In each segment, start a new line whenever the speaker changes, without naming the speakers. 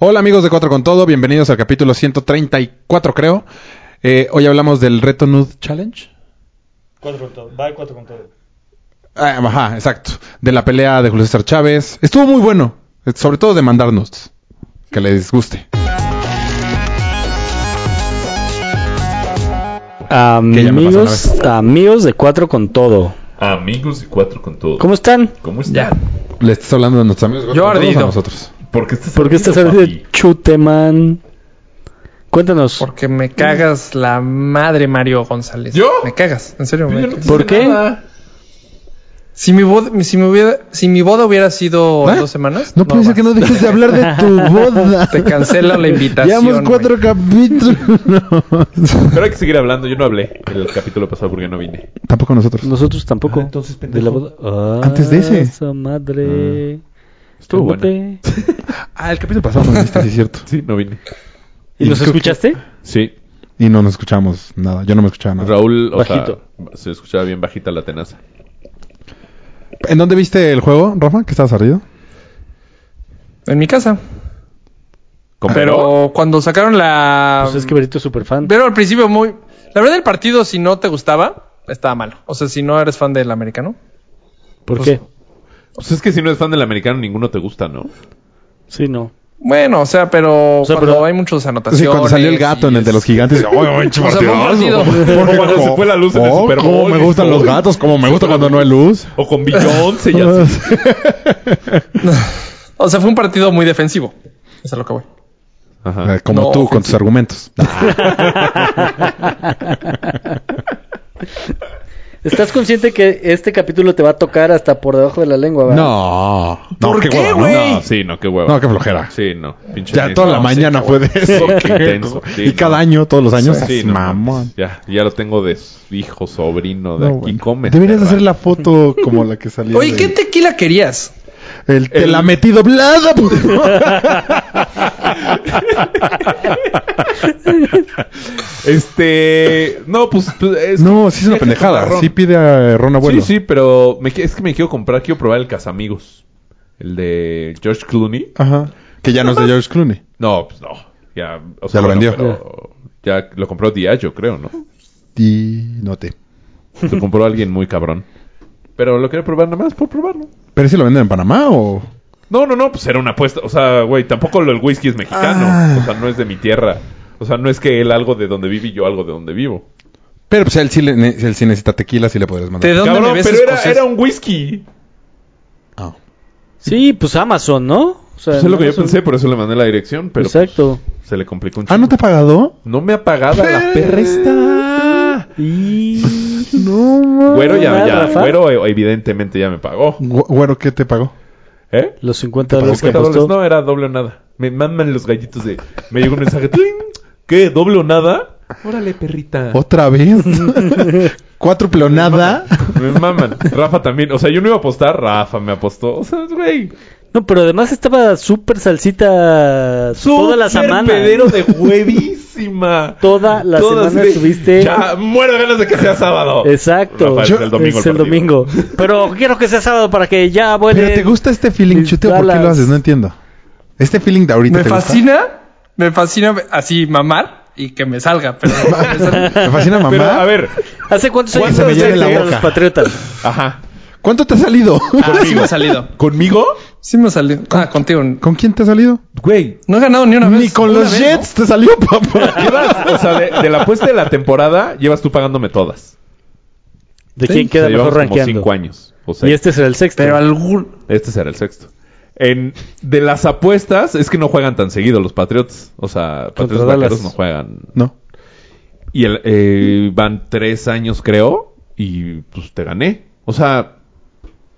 Hola amigos de Cuatro con Todo, bienvenidos al capítulo 134 creo. Eh, hoy hablamos del reto Nude Challenge.
Cuatro con todo. Va el cuatro con todo.
Ah, ajá, exacto. De la pelea de Julio César Chávez. Estuvo muy bueno, eh, sobre todo de mandarnos. Que les guste. ya me pasó
Amigos, amigos de Cuatro con Todo.
Amigos de cuatro con todo.
¿Cómo están?
¿Cómo están?
Le estás hablando de nuestros amigos. de
Yo
Cuatro con Todo,
ardido.
A nosotros.
¿Por qué estás
¿Por qué estás hablando de Chuteman? Cuéntanos.
Porque me cagas la madre, Mario González.
¿Yo?
Me cagas, en serio. me
Yo no te
cagas.
hice
¿Por qué?
nada.
Si, mi boda, si, me hubiera, si mi boda hubiera sido
¿Ah?
dos semanas.
No puede ser
va.
que no dejes de hablar de tu boda.
Te cancela la invitación.
Llevamos cuatro
güey.
capítulos.
Pero hay que seguir hablando. Yo no hablé en el capítulo pasado porque no vine.
Tampoco nosotros.
Nosotros tampoco.
Ah, entonces,
de la boda. Ah,
Antes de ese.
esa madre.
Estuvo bueno.
Cálmate.
Ah, el capítulo pasado no viniste, sí es cierto.
Sí, no vine.
¿Y nos escuchaste?
Sí,
Y no nos escuchamos nada. Yo no me escuchaba nada.
Raúl, o
Bajito.
sea, se escuchaba bien bajita la tenaza.
¿En dónde viste el juego, Rafa? Que estabas ardido.
En mi casa.
¿Compró?
Pero cuando sacaron la.
Pues es que Berito es super fan.
Pero al principio muy. La verdad, el partido, si no te gustaba, estaba malo. O sea, si no eres fan del americano.
¿Por
pues-
qué?
Pues es que si no eres fan del americano, ninguno te gusta, ¿no?
Sí, no.
Bueno, o sea, pero
sea,
cuando
pero-
hay muchas anotaciones.
Sí, cuando salió el gato en el de los gigantes.
este,
¡Ay, ay,
O sea, fue un partido.
O cuando se fue la luz en el Super Bowl.
cómo me gustan los gatos! ¡Cómo me gusta cuando no hay luz!
O con Beyoncé y así.
O sea, fue un partido muy defensivo. Eso es a lo que voy.
Ajá.
Eh, Como
No,
tú, con tus argumentos.
¿Estás consciente que este capítulo te va a tocar hasta por debajo de la lengua? ¿verdad?
No. No,
¿Por qué,
hueva, ¿no?
güey?
No, sí, no, qué hueva.
No, qué flojera.
Sí, no. Pinche
Ya
tenso.
toda la
No,
mañana fue de eso.
Qué intenso. Sí,
y
no.
cada año, todos los años.
Sí,
es
no,
mamón.
mames. Ya, ya lo tengo de hijo, sobrino, de
No,
aquí
bueno.
come.
Deberías hacer la foto como la que salió.
Oye,
de-
¿qué tequila querías?
El, pues, te la metí doblada.
Este. No, pues. pues, es que-
no, sí es una pendejada.
Ron.
Sí pide a Ron abuelo.
Sí, sí, pero me qui- es que me quiero comprar, quiero probar el Casamigos. El de George Clooney.
Ajá. Que ya no es de George Clooney.
No, pues no. Ya, o
Ya lo vendió.
pero ya lo compró Diageo, creo, ¿no?
Y no te.
Lo compró alguien muy cabrón. Pero lo quería probar nada más por probarlo.
¿Pero si lo venden en Panamá o...?
No, no, no, pues era una apuesta. O sea, güey, tampoco lo- el whisky es mexicano.
Ah.
O sea, no es de mi tierra. O sea, no es que él algo de donde vive y yo algo de donde vivo.
Pero pues él sí, le- él sí necesita tequila, sí le podrías mandar.
¿De dónde me
Cabrón,
ves
pero era,
escocés?
era un whisky.
Ah.
Sí, pues Amazon, ¿no? O sea,
Eso Pues es lo que yo
Amazon-
pensé, por eso le mandé la dirección. Pero
Exacto.
pues, se le complicó un
Ah, ¿no te ha pagado?
No me ha pagado la perra esta.
Y...
No, ma-
Güero ya,
¿Verdad,
ya.
Rafa?
Güero eh, evidentemente ya me pagó.
Gu- Güero, ¿qué te pagó?
¿Eh?
Los 50 dólares que
50 dólares.
apostó.
No, era doble o nada. Me mandan los gallitos de... Me llegó un mensaje. ¡tling! ¿Qué? ¿Doble o nada? Órale, perrita.
¿Otra vez? ¿Cuatro plonada?
Me maman. Rafa también. O sea, yo no iba a apostar. Rafa me apostó. O sea, güey.
No, pero además estaba súper salsita toda la
Súper
semana.
pedero de huevísima.
Toda la
Todas
semana
de-
estuviste-
Ya, muero de ganas de que sea sábado.
Exacto.
Rafa, es
Yo-
el domingo
es
el
el
partido.
domingo. Pero quiero que sea sábado para que ya vuele.
¿Pero te gusta este feeling
mis
chuteo? ¿Por qué lo
Dallas.
haces? No entiendo. Este feeling de ahorita
Me
te gusta?
fascina, me fascina así mamar y que me salga, pero me sale-
Me fascina mamá.
Pero, a ver.
¿Hace cuántos
¿Cuánto
años
se me
fuiste
llena la
a
boca?
los Patriotas?
Ajá.
¿Cuánto te ha salido?
Ah, sí me ha salido.
¿Conmigo?
Sí me ha salido. Ah, contigo.
¿Con quién te ha salido?
Güey,
No he ganado ni una vez.
Ni con
Una
los
vez,
Jets te salió, papá.
Llevas, o sea, de, de la apuesta de la temporada, llevas tú pagándome todas.
¿De
Sí.
quién
O
queda mejor
sea, llevamos como
rankeando?
cinco años. O sea,
Y este será el sexto.
Pero algún.
este será el sexto. En, de las apuestas, es que no juegan tan seguido los Patriots. O sea, Patriots
Dallas.
Vaqueros no juegan.
No.
Y el, eh, van tres años, creo, y pues te gané. O sea,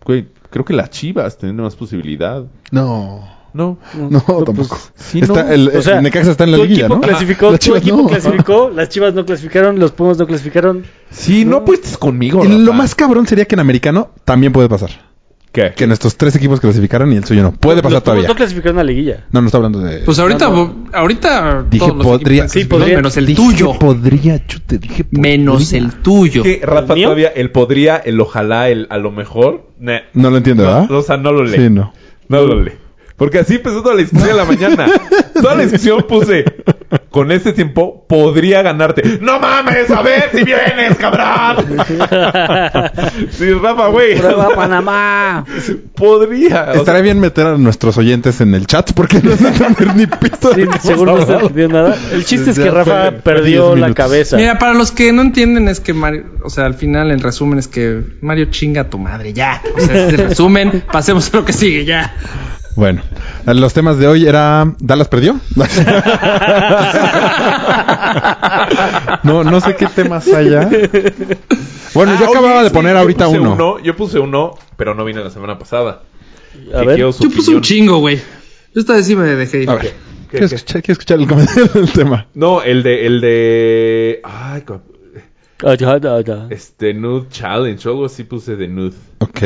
güey, creo que las Chivas tienen más posibilidad.
No.
No.
No, tampoco.
sí,
Está-
¿no?
el,
pues, O sea,
el Necaxa está en la
tu
liguilla,
equipo
¿no?
clasificó,
Las
tu
Chivas
equipo
no.
clasificó, las Chivas no clasificaron, los Pumas no clasificaron.
Sí, no apuestes conmigo.
Y lo
Rafa.
más cabrón sería que en americano también puede pasar.
¿Qué?
Que nuestros tres equipos clasificaron y el suyo no. Puede pasar
los
todavía.
Pumas no clasificaron a la liguilla.
No, no está hablando de.
Pues ahorita, ahorita.
Dije,
todos los
podría-
equipos
sí,
clasificaron,
podría-
Menos el
Dije
tuyo.
Podría, chute, dije.
Menos
podría.
el tuyo.
que Rafa
mío?
todavía el podría, el ojalá, el a lo mejor. Nah.
No lo entiendo, ¿verdad?
O sea, no lo lee.
¿Ah? Sí, no.
No lo lee. Porque así empezó toda la discusión de la mañana. Toda la discusión puse, con este tiempo podría ganarte. ¡No mames! A ver si vienes, cabrón. sí, Rafa, güey.
Prueba Panamá.
Podría. O
Estaría bien meter a nuestros oyentes en el chat porque no se entender ni pito. de
Sí,
lo que
según no
estamos
se
hablando.
entendió nada. El chiste es
Ya
que
fue-
Rafa
fue
perdió
10
la
minutos.
cabeza.
Mira, para los que no entienden es que Mario, o sea, al final el resumen es que Mario chinga a tu madre, ya. O sea, este es el resumen, pasemos a lo que sigue, ya.
Bueno, los temas de hoy era Dallas perdió. no, no sé qué temas haya. Bueno, yo
Ah,
acababa
oye,
de
sí,
poner
yo
ahorita
puse
uno.
Yo puse uno, pero no vine la semana pasada.
a
Que
ver.
quiero su
Yo puse un
opinión.
chingo, güey. Yo esta vez sí me dejé ir.
A ver, quiero escuchar, quiero escuchar el comentario del tema.
No, el de, el de. Ay, co-
Ajá, ajá, ajá.
este Nude Challenge, o algo así puse de Nude.
Ok,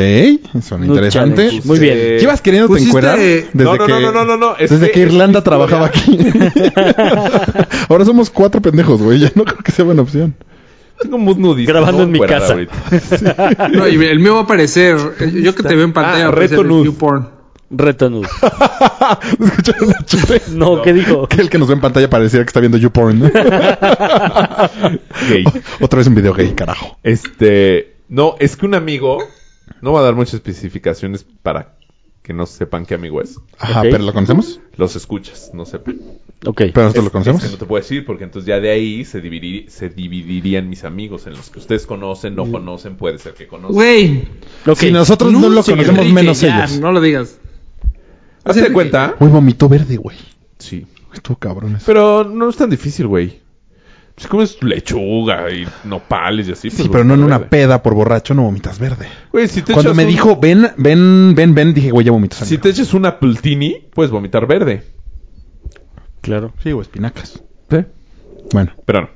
suena
Nude
interesante.
challenge. Muy bien.
Eh,
¿Llevas queriéndote
pusiste-
encuerar? Desde
No, no,
que,
no, no, no, no, no, es
Desde que,
que es
Irlanda
historia.
trabajaba aquí. Ahora somos cuatro pendejos, güey. Ya no creo que sea buena opción.
Tengo mood nudista.
Grabando
no
en mi
fuera
casa.
ahorita.
No, y el mío va a aparecer. Yo que te veo en pantalla,
Ah,
va a aparecer
reto
el
nude.
new porn.
Retonus.
¿Escucharon la chute?
No, ¿qué dijo?
Que el que nos ve en pantalla pareciera que está viendo YouPorn.
Gay.
Otra vez un video gay, carajo.
Este. No, es que un amigo. No va a dar muchas especificaciones para que no sepan qué amigo es.
Ajá,
Ok.
pero ¿lo conocemos?
Los escuchas, no sepan.
Ok.
Pero nosotros lo
Es que no
conocemos.
te puedo decir, porque entonces ya de ahí se, dividir- se dividirían mis amigos en los que ustedes conocen,
Mm.
no conocen, puede ser que conozcan.
Güey.
Ok.
Si nosotros no lo
Nudes,
conocemos,
Enrique,
menos
ya,
ellos. ¿Ah?
No lo digas.
pues
¿Hazte de cuenta?
Güey, vomitó verde, güey.
Sí.
Estuvo cabrón eso.
Pero no es tan difícil, güey. Si comes lechuga y nopales y así.
Sí, pero no en una
peda.
peda por borracho no vomitas verde.
Güey, si te
Cuando
echas
me
un-
dijo, ven, ven, ven, ven, dije, güey, ya vomito
Si
sangre.
te echas una pultini, puedes vomitar verde.
Claro.
Sí, o espinacas.
Sí.
Bueno.
Pero no.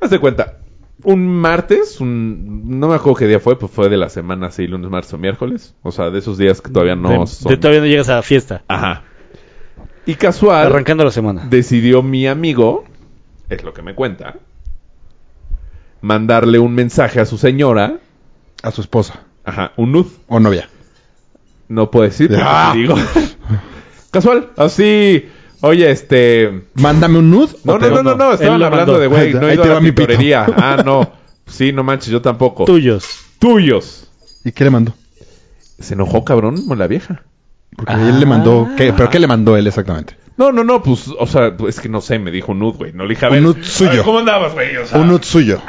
Haz de cuenta. Un martes, un... no me acuerdo qué día fue, pues fue de la semana, sí, lunes, marzo, miércoles. O sea, de esos días que todavía no
De-
son.
de todavía no llegas a la fiesta.
Ajá. Y casual,
Arrancando la semana.
decidió mi amigo, es lo que me cuenta, mandarle un mensaje a su señora,
A su esposa.
ajá, un nud.
O novia.
No puedo decir, porque
Ah.
te digo. casual, así, oye, este...
Mándame un nude.
No,
o
no,
te-
no, no, no, estaban
lo
hablando
mandó.
de, güey, no he
Ahí
ido
te
a la
va mi pito.
pintorería. Ah, no. Sí, no manches, yo tampoco.
Tuyos.
Tuyos.
¿Y qué le mandó?
Se enojó, cabrón, con la vieja.
Porque él le mandó.
Ah.
¿qué? ¿Pero qué le mandó él exactamente?
No, no, no, pues, o sea, pues, es que no sé, me dijo un nude, güey. No le dije, a
Un
ver,
nude
a ver,
suyo.
¿Cómo andabas, güey? O sea,
Un nude suyo.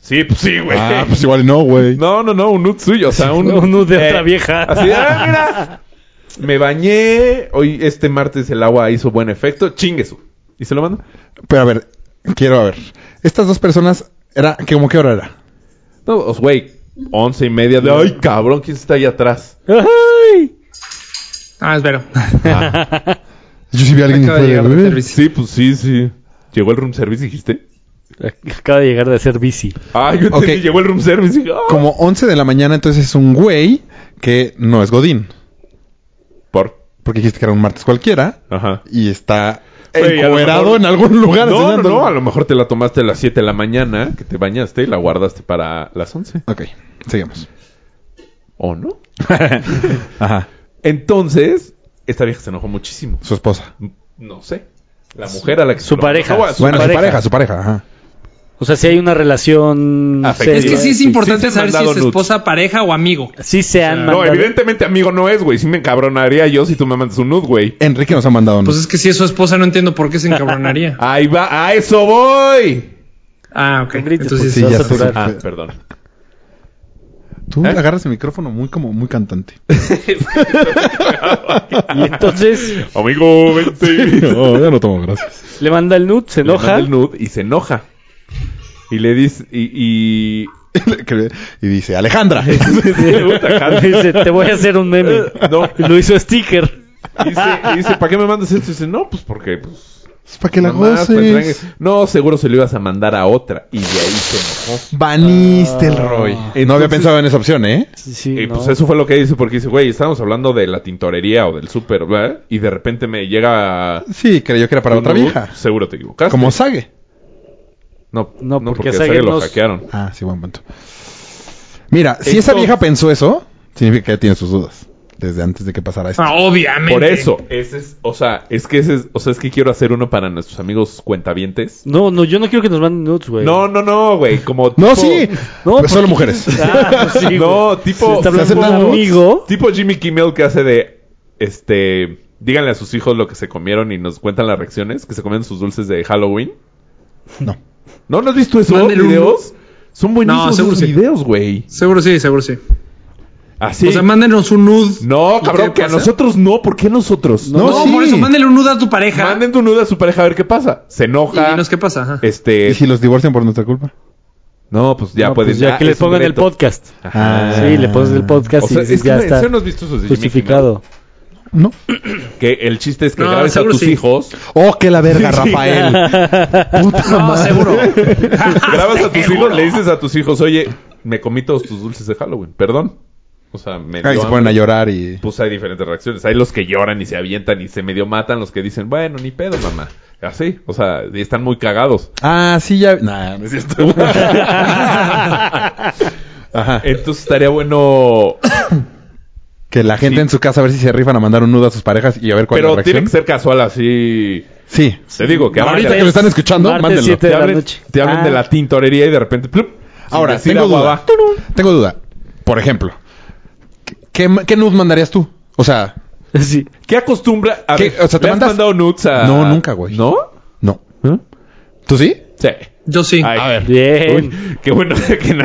Sí, pues sí, güey.
Ah, pues igual y no, güey.
No, no, no, un nude suyo, o sea, un,
Un nude de
eh,
otra vieja.
Así, ah, mira, me bañé, hoy, este martes el agua hizo buen efecto, chingue su. Y se lo mando.
Pero a ver, quiero a ver. Estas dos personas, era, ¿qué- ¿cómo qué hora era?
No, os- güey, once y media de, ay, cabrón, ¿quién está ahí atrás?
¡Ay!
Ah, espero.
Yo sí vi a alguien
Acaba
fuera
de llegar de
Uber.
servicio.
Sí, pues sí, sí. Llegó el room service, dijiste.
Acaba de llegar de hacer bici.
Ah, yo
Ok.
entendí, llegó el room service. y dije, ah.
Como 11 de la mañana, entonces es un güey que no es Godín.
Por.
Porque dijiste que era un martes cualquiera
Ajá.
y está
Güey, a lo
encuerado
mejor-
en algún lugar.
No, no,
enseñándolo.
no, a lo mejor te la tomaste a las 7 de la mañana, que te bañaste y la guardaste para las 11.
Ok, sigamos.
¿O no?
Ajá,
Entonces, esta vieja se enojó muchísimo.
su esposa.
No sé. La mujer a la que
Su
lo
pareja.
mandó, a su-
bueno,
pareja.
su pareja, su pareja, ajá.
O sea, si hay una relación.
Afectiva.
Es que sí es importante
Sí, sí,
saber si
mandado
es
nudes.
esposa, pareja o amigo.
Sí se han
No,
mandado.
evidentemente amigo no es, güey. Sí me encabronaría yo si tú me mandas un nude, güey.
Enrique nos ha mandado un...
Pues es que si es su esposa, no entiendo por qué se encabronaría.
Ahí va, a eso voy.
Ah, ok.
Con gritos,
Entonces,
sí,
se va a
ya sé,
saturar.
Ah,
Fe-
perdón.
Tú
¿Eh?
agarras el micrófono muy como muy cantante.
Y entonces
Amigo, vente.
no, ya no tomo, gracias.
le manda el nude, se
Le manda
enoja.
el nude y se enoja. Y le dice, y... y...
y dice, Alejandra.
Y dice, te voy a hacer un meme.
No.
Y Lo hizo sticker.
Y dice, y dice, ¿para qué me mandas esto? Y dice, no, pues porque, pues...
Es para que la
Nada más, pues,
goces.
tranqui- no, seguro se lo ibas a mandar a otra. Y de ahí se enojó.
Baniste el Roy. no había pensado en esa opción, ¿eh?
Sí, sí,
Y
no.
pues eso fue lo que dice, porque dice, güey, estábamos hablando de la tintorería o del súper, ¿verdad? Y de repente me llega...
Sí, creyó que era para
un
otra
nude,
vieja.
Seguro te equivocaste.
Como Sage.
No,
No, porque
no, porque, a
Sague
Sague lo
nos-
hackearon.
Ah, sí, buen punto. Mira, si esa
Entonces-
vieja pensó eso, significa que ya tiene sus dudas. desde antes de que pasara esto.
Ah, obviamente.
Por eso, ese es, o sea, es que ese es, o sea, es que quiero hacer uno para nuestros amigos cuentavientes.
No, no, yo no quiero que nos manden nudes, güey.
No, no, no, güey, como tipo-
no, sí.
No,
Pues solo
porque-
mujeres.
Ah, pues sí,
No,
güey. Se
tipo
está hablando
¿se
un
aceptan nudes?
amigo.
tipo Jimmy Kimmel que hace de este, díganle a sus hijos lo que se comieron y nos cuentan las reacciones, que se comieron sus dulces de Halloween.
No.
¿No, ¿No has visto esos
Mándenle un-
videos? Son buenísimos
No, seguro
esos
sí.
videos, güey.
Seguro sí, seguro sí.
Así.
O sea, mándenos un nude.
no,
¿Y
cabrón,
qué
que a
pasa?
nosotros no, ¿por qué a nosotros?
No,
No, sí.
por eso, mándale un nude a tu pareja.
Manden tu nuda a su pareja a ver qué pasa. Se
Y
enoja.
dinos qué pasa. ajá.
¿Y
Este,
si los divorcian por nuestra culpa?
no, pues ya
No,
puedes
pues ya
ah,
que les
es un
pongan el
reto. Ah.
podcast.
Ajá.
Sí, le pones el podcast
O sea,
y dices,
es que
ya
no-
está
¿sí no has visto esos de Jimmy
justificado.
No.
Kimmel? Que el chiste es que
No,
grabes a
seguro
tus
sí.
hijos,
Oh, que la verga, Rafael. Puta
No,
madre.
seguro.
grabas a tus hijos, le dices a tus hijos, oye, me comí todos tus dulces de Halloween, perdón. O sea, me
Ahí
dio
se ponen a
hambre.
llorar y.
Pues hay diferentes reacciones. Hay los que lloran y se avientan y se medio matan, los que dicen, bueno, ni pedo, mamá. Así, o sea, y están muy cagados.
Ah, sí, ya. Nah, no es cierto. Ajá.
Entonces estaría bueno,
Que la gente en su casa a ver si se rifan a mandar un nudo a sus parejas y a ver cuál es
pero
la
tiene
reacción.
que ser casual así.
Sí.
Te digo que
Ahorita
hablen-
que lo están escuchando,
Martes
mándenlo.
siete
te
de la
hablen,
noche.
te hablen
Ah.
de la tintorería y de repente, plup, sin
Ahora,
decir
tengo
agua
duda.
abajo.
Tengo duda. Por ejemplo, ¿qué, qué nude mandarías tú? O sea,
Ah, Sí.
¿Qué acostumbra? A
¿Qué?
ver,
O sea, ¿te
¿le has
mandas-
mandado nudes a...?
No, nunca, güey.
¿No?
no. ¿Tú sí?
Sí.
Yo sí.
Ay,
A ver.
Bien.
Uy, qué bueno que no...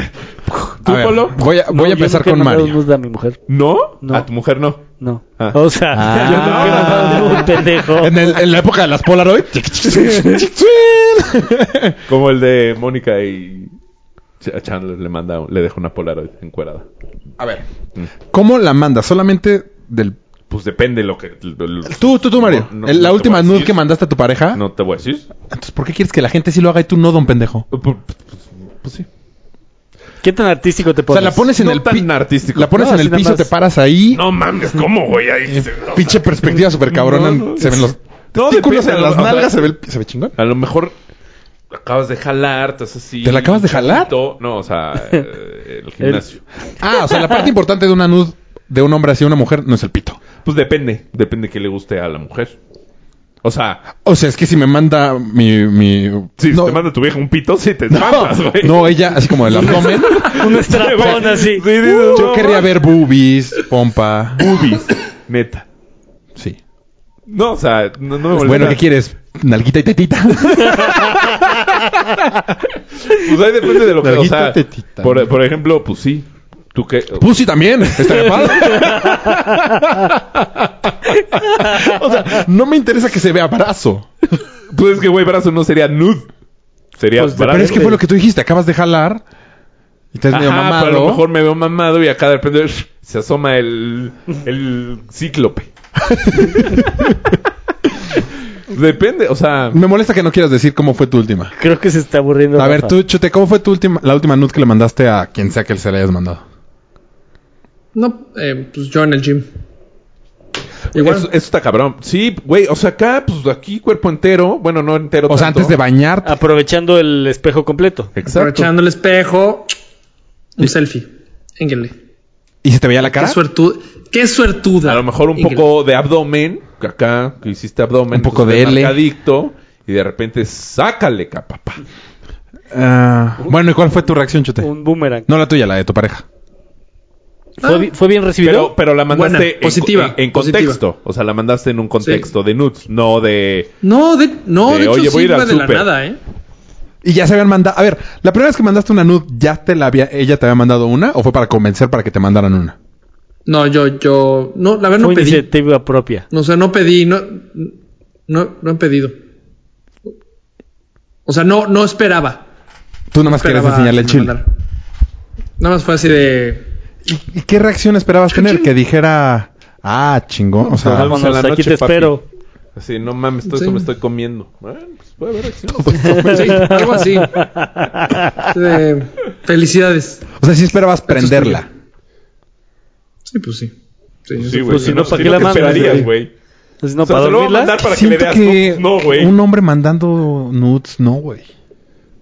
¿Tú,
A ver,
Polo?
Voy a, voy a
No,
empezar
yo nunca he
con
mandado
Mario.
nudes a mi mujer.
¿No?
No.
A tu mujer no.
No.
Ah.
O sea,
Ah.
yo nunca he mandado un pendejo.
En, el- en la época de las Polaroid.
Como el de Mónica y... Ch- A Chandler le manda... Le dejó una Polaroid encuerada.
a ver. ¿Cómo la mandas? Solamente del...
Pues depende lo que...
Tú, tú, tú, Mario.
No, no,
El- la
no te voy
última
a
nude
decir.
que mandaste a tu pareja.
No te voy a decir.
Entonces, ¿por qué quieres que la gente sí lo haga y tú no, don pendejo?
Pues, pues, pues sí.
¿Qué tan artístico te
O
pones?
sea, la pones en
No
el
tan
pi-
artístico.
La pones
No,
en el
así nada
piso,
más.
te paras ahí.
No mames, ¿cómo, güey? Ahí se-
eh, Pinche perspectiva súper cabrona.
No, no.
se ven los
No,
testículos
depende,
en las
o sea-
nalgas. Se ve, el- se ve chingón.
A lo mejor acabas de jalar, te haces así.
¿Te la acabas de jalar?
No, o sea, eh, el gimnasio.
Ah, o sea, la parte importante de una nud de un hombre hacia una mujer no es el pito.
Pues depende, depende que le guste a la mujer. O sea,
O sea, es que si me manda mi... mi...
si
no,
te manda tu vieja un pito, sí te
no,
mamas, güey.
no, ella así como del abdomen.
Un estrapón así. Uh,
Sí, sí, sí,
Yo
no,
querría ver boobies, pompa.
Boobies, neta.
Sí.
No, o sea, no, no me molesta.
Pues Bueno, ¿qué quieres? ¿Nalguita y tetita?
Pues ahí depende de lo que, o
Nalguita,
sea,
tetita.
por, por ejemplo, pues sí. Tú que...
Pussy también. Estaría padre. o sea, no me interesa que se vea brazo.
Pues es que, güey, brazo no sería nude. Sería
Pues,
brazo.
Pero es que fue lo que tú dijiste. Acabas de jalar. Y te has medio
Ajá,
mamado.
pero a lo mejor me veo mamado y acá de repente sh, se asoma el, el cíclope. Depende, o sea,
Me molesta que no quieras decir cómo fue tu última.
Creo que se está aburriendo.
A ver,
Rafa.
tú, Chute, ¿cómo fue tu última, la última nud que le mandaste a quien sea que se le hayas mandado?
No, eh, pues yo en el gym.
eso, eso está cabrón. Sí, güey, o sea, acá, pues aquí cuerpo entero, bueno, no entero.
O sea,
tanto.
antes de bañarte.
Aprovechando el espejo completo.
Exacto.
Aprovechando el espejo. Un selfie. Éngele.
¿Y se te veía la
Qué
cara?
suertuda. Qué suertuda.
A lo mejor un
Éngele.
poco de abdomen, que acá, que hiciste abdomen.
Un poco
entonces,
de L.
marcadicto, y de repente, sácale, capa. pa.
Ah, bueno, ¿y cuál fue tu reacción, Chute?
Un boomerang.
No la tuya, la de tu pareja. Ah.
¿Fue,
Ah.
bi- fue bien recibido?
Pero, pero la mandaste
Buena,
en-
positiva,
en, en
positiva.
contexto. O sea, la mandaste en un contexto de nudes, no de...
No, de, no,
De,
de, hecho
oye,
sí
voy a ir
fue
al
de la
súper.
nada, ¿eh?
Y ya se habían mandado. A ver, la primera vez que mandaste una nud, ¿ya te la había, ella te había mandado una o fue para convencer para que te mandaran una?
No, yo, yo. No, la verdad
fue
no pedí.
iniciativa propia.
No, o sea, no pedí, no, no, no he pedido. O sea, no, no esperaba.
Tú nomás querías
esperaba
enseñarle el
que me
chile.
mandara. Nada más fue así de.
¿Y qué reacción esperabas tener? Que dijera, ah, chingón. O sea,
Vamos a la
Vámonos, aquí
noche,
te
papi.
espero.
Así, no mames, todo
Sí.
eso me estoy comiendo. Bueno, pues puede haber acción.
pues, Sí, algo así. De, felicidades.
o sea, sí esperabas prenderla.
Sí, pues sí. Sí,
Sí,
eso
güey.
Pues, si
si
no,
no,
¿para
si
qué
no,
la
¿qué
mandas,
esperarías,
güey?
güey?
Entonces, no,
O sea,
para
se lo voy a
dormirla.
mandar para que le
Siento
veas.
que
No, pues, no, güey.
un hombre mandando nudes, no, güey.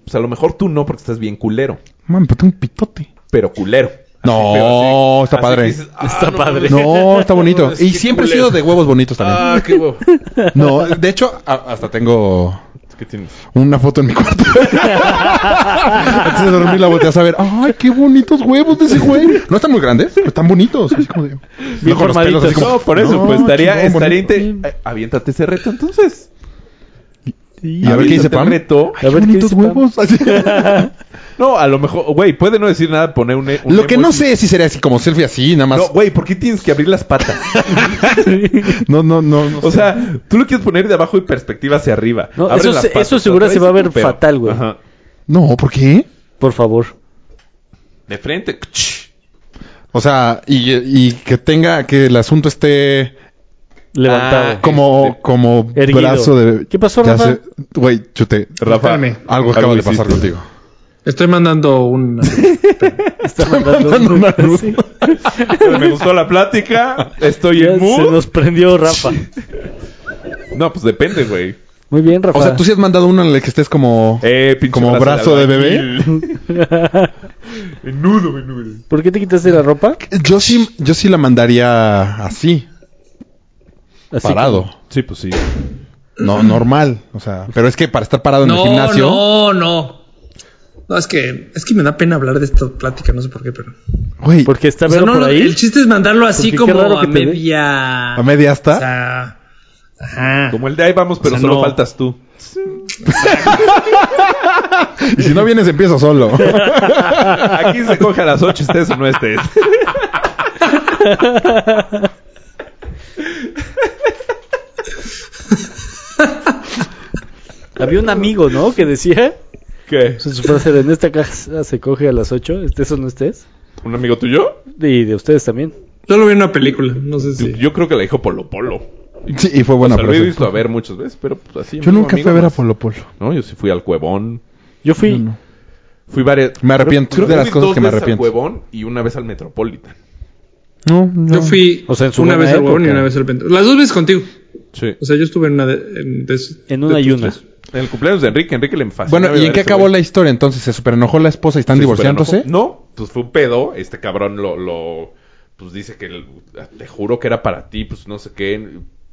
Pues a lo mejor tú no, porque estás bien culero.
Man, pero tengo un pitote.
Pero culero.
No,
pero así-
Oh, está
así
padre.
que dices, "Ah,
Está
no
padre.
mames".
No, está bonito.
Es
Y
que
siempre he
culero.
sido de huevos bonitos también.
Ah, qué huevo.
No, de hecho, a- hasta tengo
¿Qué tienes?
una foto en mi cuarto. Antes de dormir la volteas a ver. ¡Ay, qué bonitos huevos de ese güey! No están muy grandes, pero están bonitos. Así como de-
Bien
No, con los pelos
formaditos.
así como-
No, por eso, pues estaría,
chingón,
estaría
bonito.
inte- eh, aviéntate ese reto entonces.
Y a ver qué dice
Aviéntate el
Pam.
reto.
Ay,
A
qué
ver, ¿qué
bonitos
dice Pam?
huevos. Así.
No, a lo mejor, güey, puede no decir nada, poner un, e- un
Lo que no
emoji.
sé es si sería así como selfie así, nada más.
No, güey, ¿por qué tienes que abrir las patas?
No, no, no. no
O
sé.
sea, tú lo quieres poner de abajo y perspectiva hacia arriba.
No,
Abre
eso
las
se-
patas,
eso seguro
atrás,
se va a ver
pero-
fatal, güey.
Ajá.
no, ¿por qué?
Por favor.
De frente. ch.
O sea, y, y que tenga que el asunto esté
Ah,
Ah.
Levantado.
este,
como, como
Erguido.
brazo de.
¿Qué pasó,
Ya
Rafa?
sé- Güey, chute.
Rafa,
Espérame.
Algo acaba de
hiciste.
pasar contigo.
Estoy mandando un...
Está mandando un- Sí.
Me gustó la plática. Estoy
Ya
en mood.
se nos prendió Rafa.
No, pues depende, güey.
Muy bien, Rafa.
O sea, tú sí has mandado uno en el que estés como.
Eh, pinche
Como brazo de
albañil. menudo, menudo.
¿Por qué te quitaste la ropa?
Yo sí, yo sí la mandaría así,
Así
parado.
Sí, pues sí.
No, normal. O sea, pero es que para estar parado en
No,
el gimnasio.
no, no. No, es que, es que me da pena hablar de esta plática, no sé por qué, pero...
Güey,
como- Porque está
O sea,
Vero
no,
por
no,
ahí.
el chiste es mandarlo así
Porque qué
como
raro
a
que te dé.
media...
a media hasta.
O sea... Ajá.
Como el de ahí vamos, pero
O sea,
solo
no.
faltas tú.
y si no vienes, empiezo solo.
Aquí se coge a las 8, estés o no estés.
Había un amigo, ¿no? Que decía,
¿Qué?
su frase era, en esta casa se coge a las 8, estés o no estés.
¿Un amigo tuyo?
Y de ustedes también.
Yo lo vi en una película, no sé si...
Yo creo que la dijo Polo Polo.
sí, y fue buena
O sea, Pues lo he
frase.
visto a ver muchas veces, pero pues así.
Yo
amigo,
nunca fui
amigo,
a ver a
más.
Polo Polo.
No, yo sí fui al Cuevón.
Yo fui,
No, no.
Fui varias.
Me arrepiento,
Creo
de
que
las
fui
cosas
dos
que me
veces
arrepiento.
al Cuevón y una vez al Metropolitan.
No, no.
Yo fui
O sea, en su
una
buena
vez al
época.
huevón y una vez al pentón. Las dos veces contigo.
Sí.
O sea, yo estuve en una de... En, de-
en Pues, una
de tus
y una.
tres.
En el cumpleaños de Enrique, Enrique le fascinaba
Bueno, ¿y
ver
en qué
ese
acabó
güey.
la historia entonces? ¿Se superenojó la esposa y están
Se
divorciándose?
superenojó. No, pues fue un pedo. Este cabrón lo, lo pues dice que el- te juro que era para ti, pues no sé qué,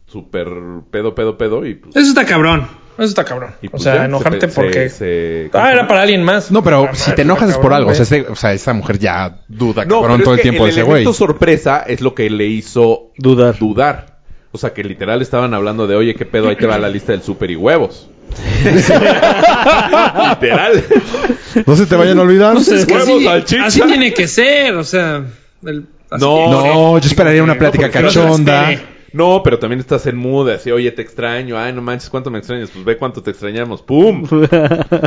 super pedo, pedo, pedo y pues,
Eso está cabrón. Eso está cabrón.
y,
o
pues,
sea,
ya, se
enojarte
pe- se-
porque...
se-
Ah, era para alguien más.
No, pero
Ah,
si
madre,
te enojas es por
cabrón,
algo. O sea,
güey.
este- o sea, esa mujer ya duda,
No,
cabrón,
pero
todo
es
el
que
tiempo de
el
ese güey.
elemento sorpresa es lo que le hizo
Dudar.
dudar. O sea, que literal estaban hablando de, oye, qué pedo, ahí te va la lista del super y huevos. literal.
No se te vayan a
Ah,
olvidar.
Pues es que
Huevos,
así,
salchicha.
así tiene que ser, o sea... el- así
No,
tiene que ser.
No, yo esperaría una plática
porque no se
cachonda.
espere.
No, pero también estás en muda, así, oye, te extraño, ay, no manches, cuánto me extrañas, pues ve cuánto te extrañamos, ¡pum!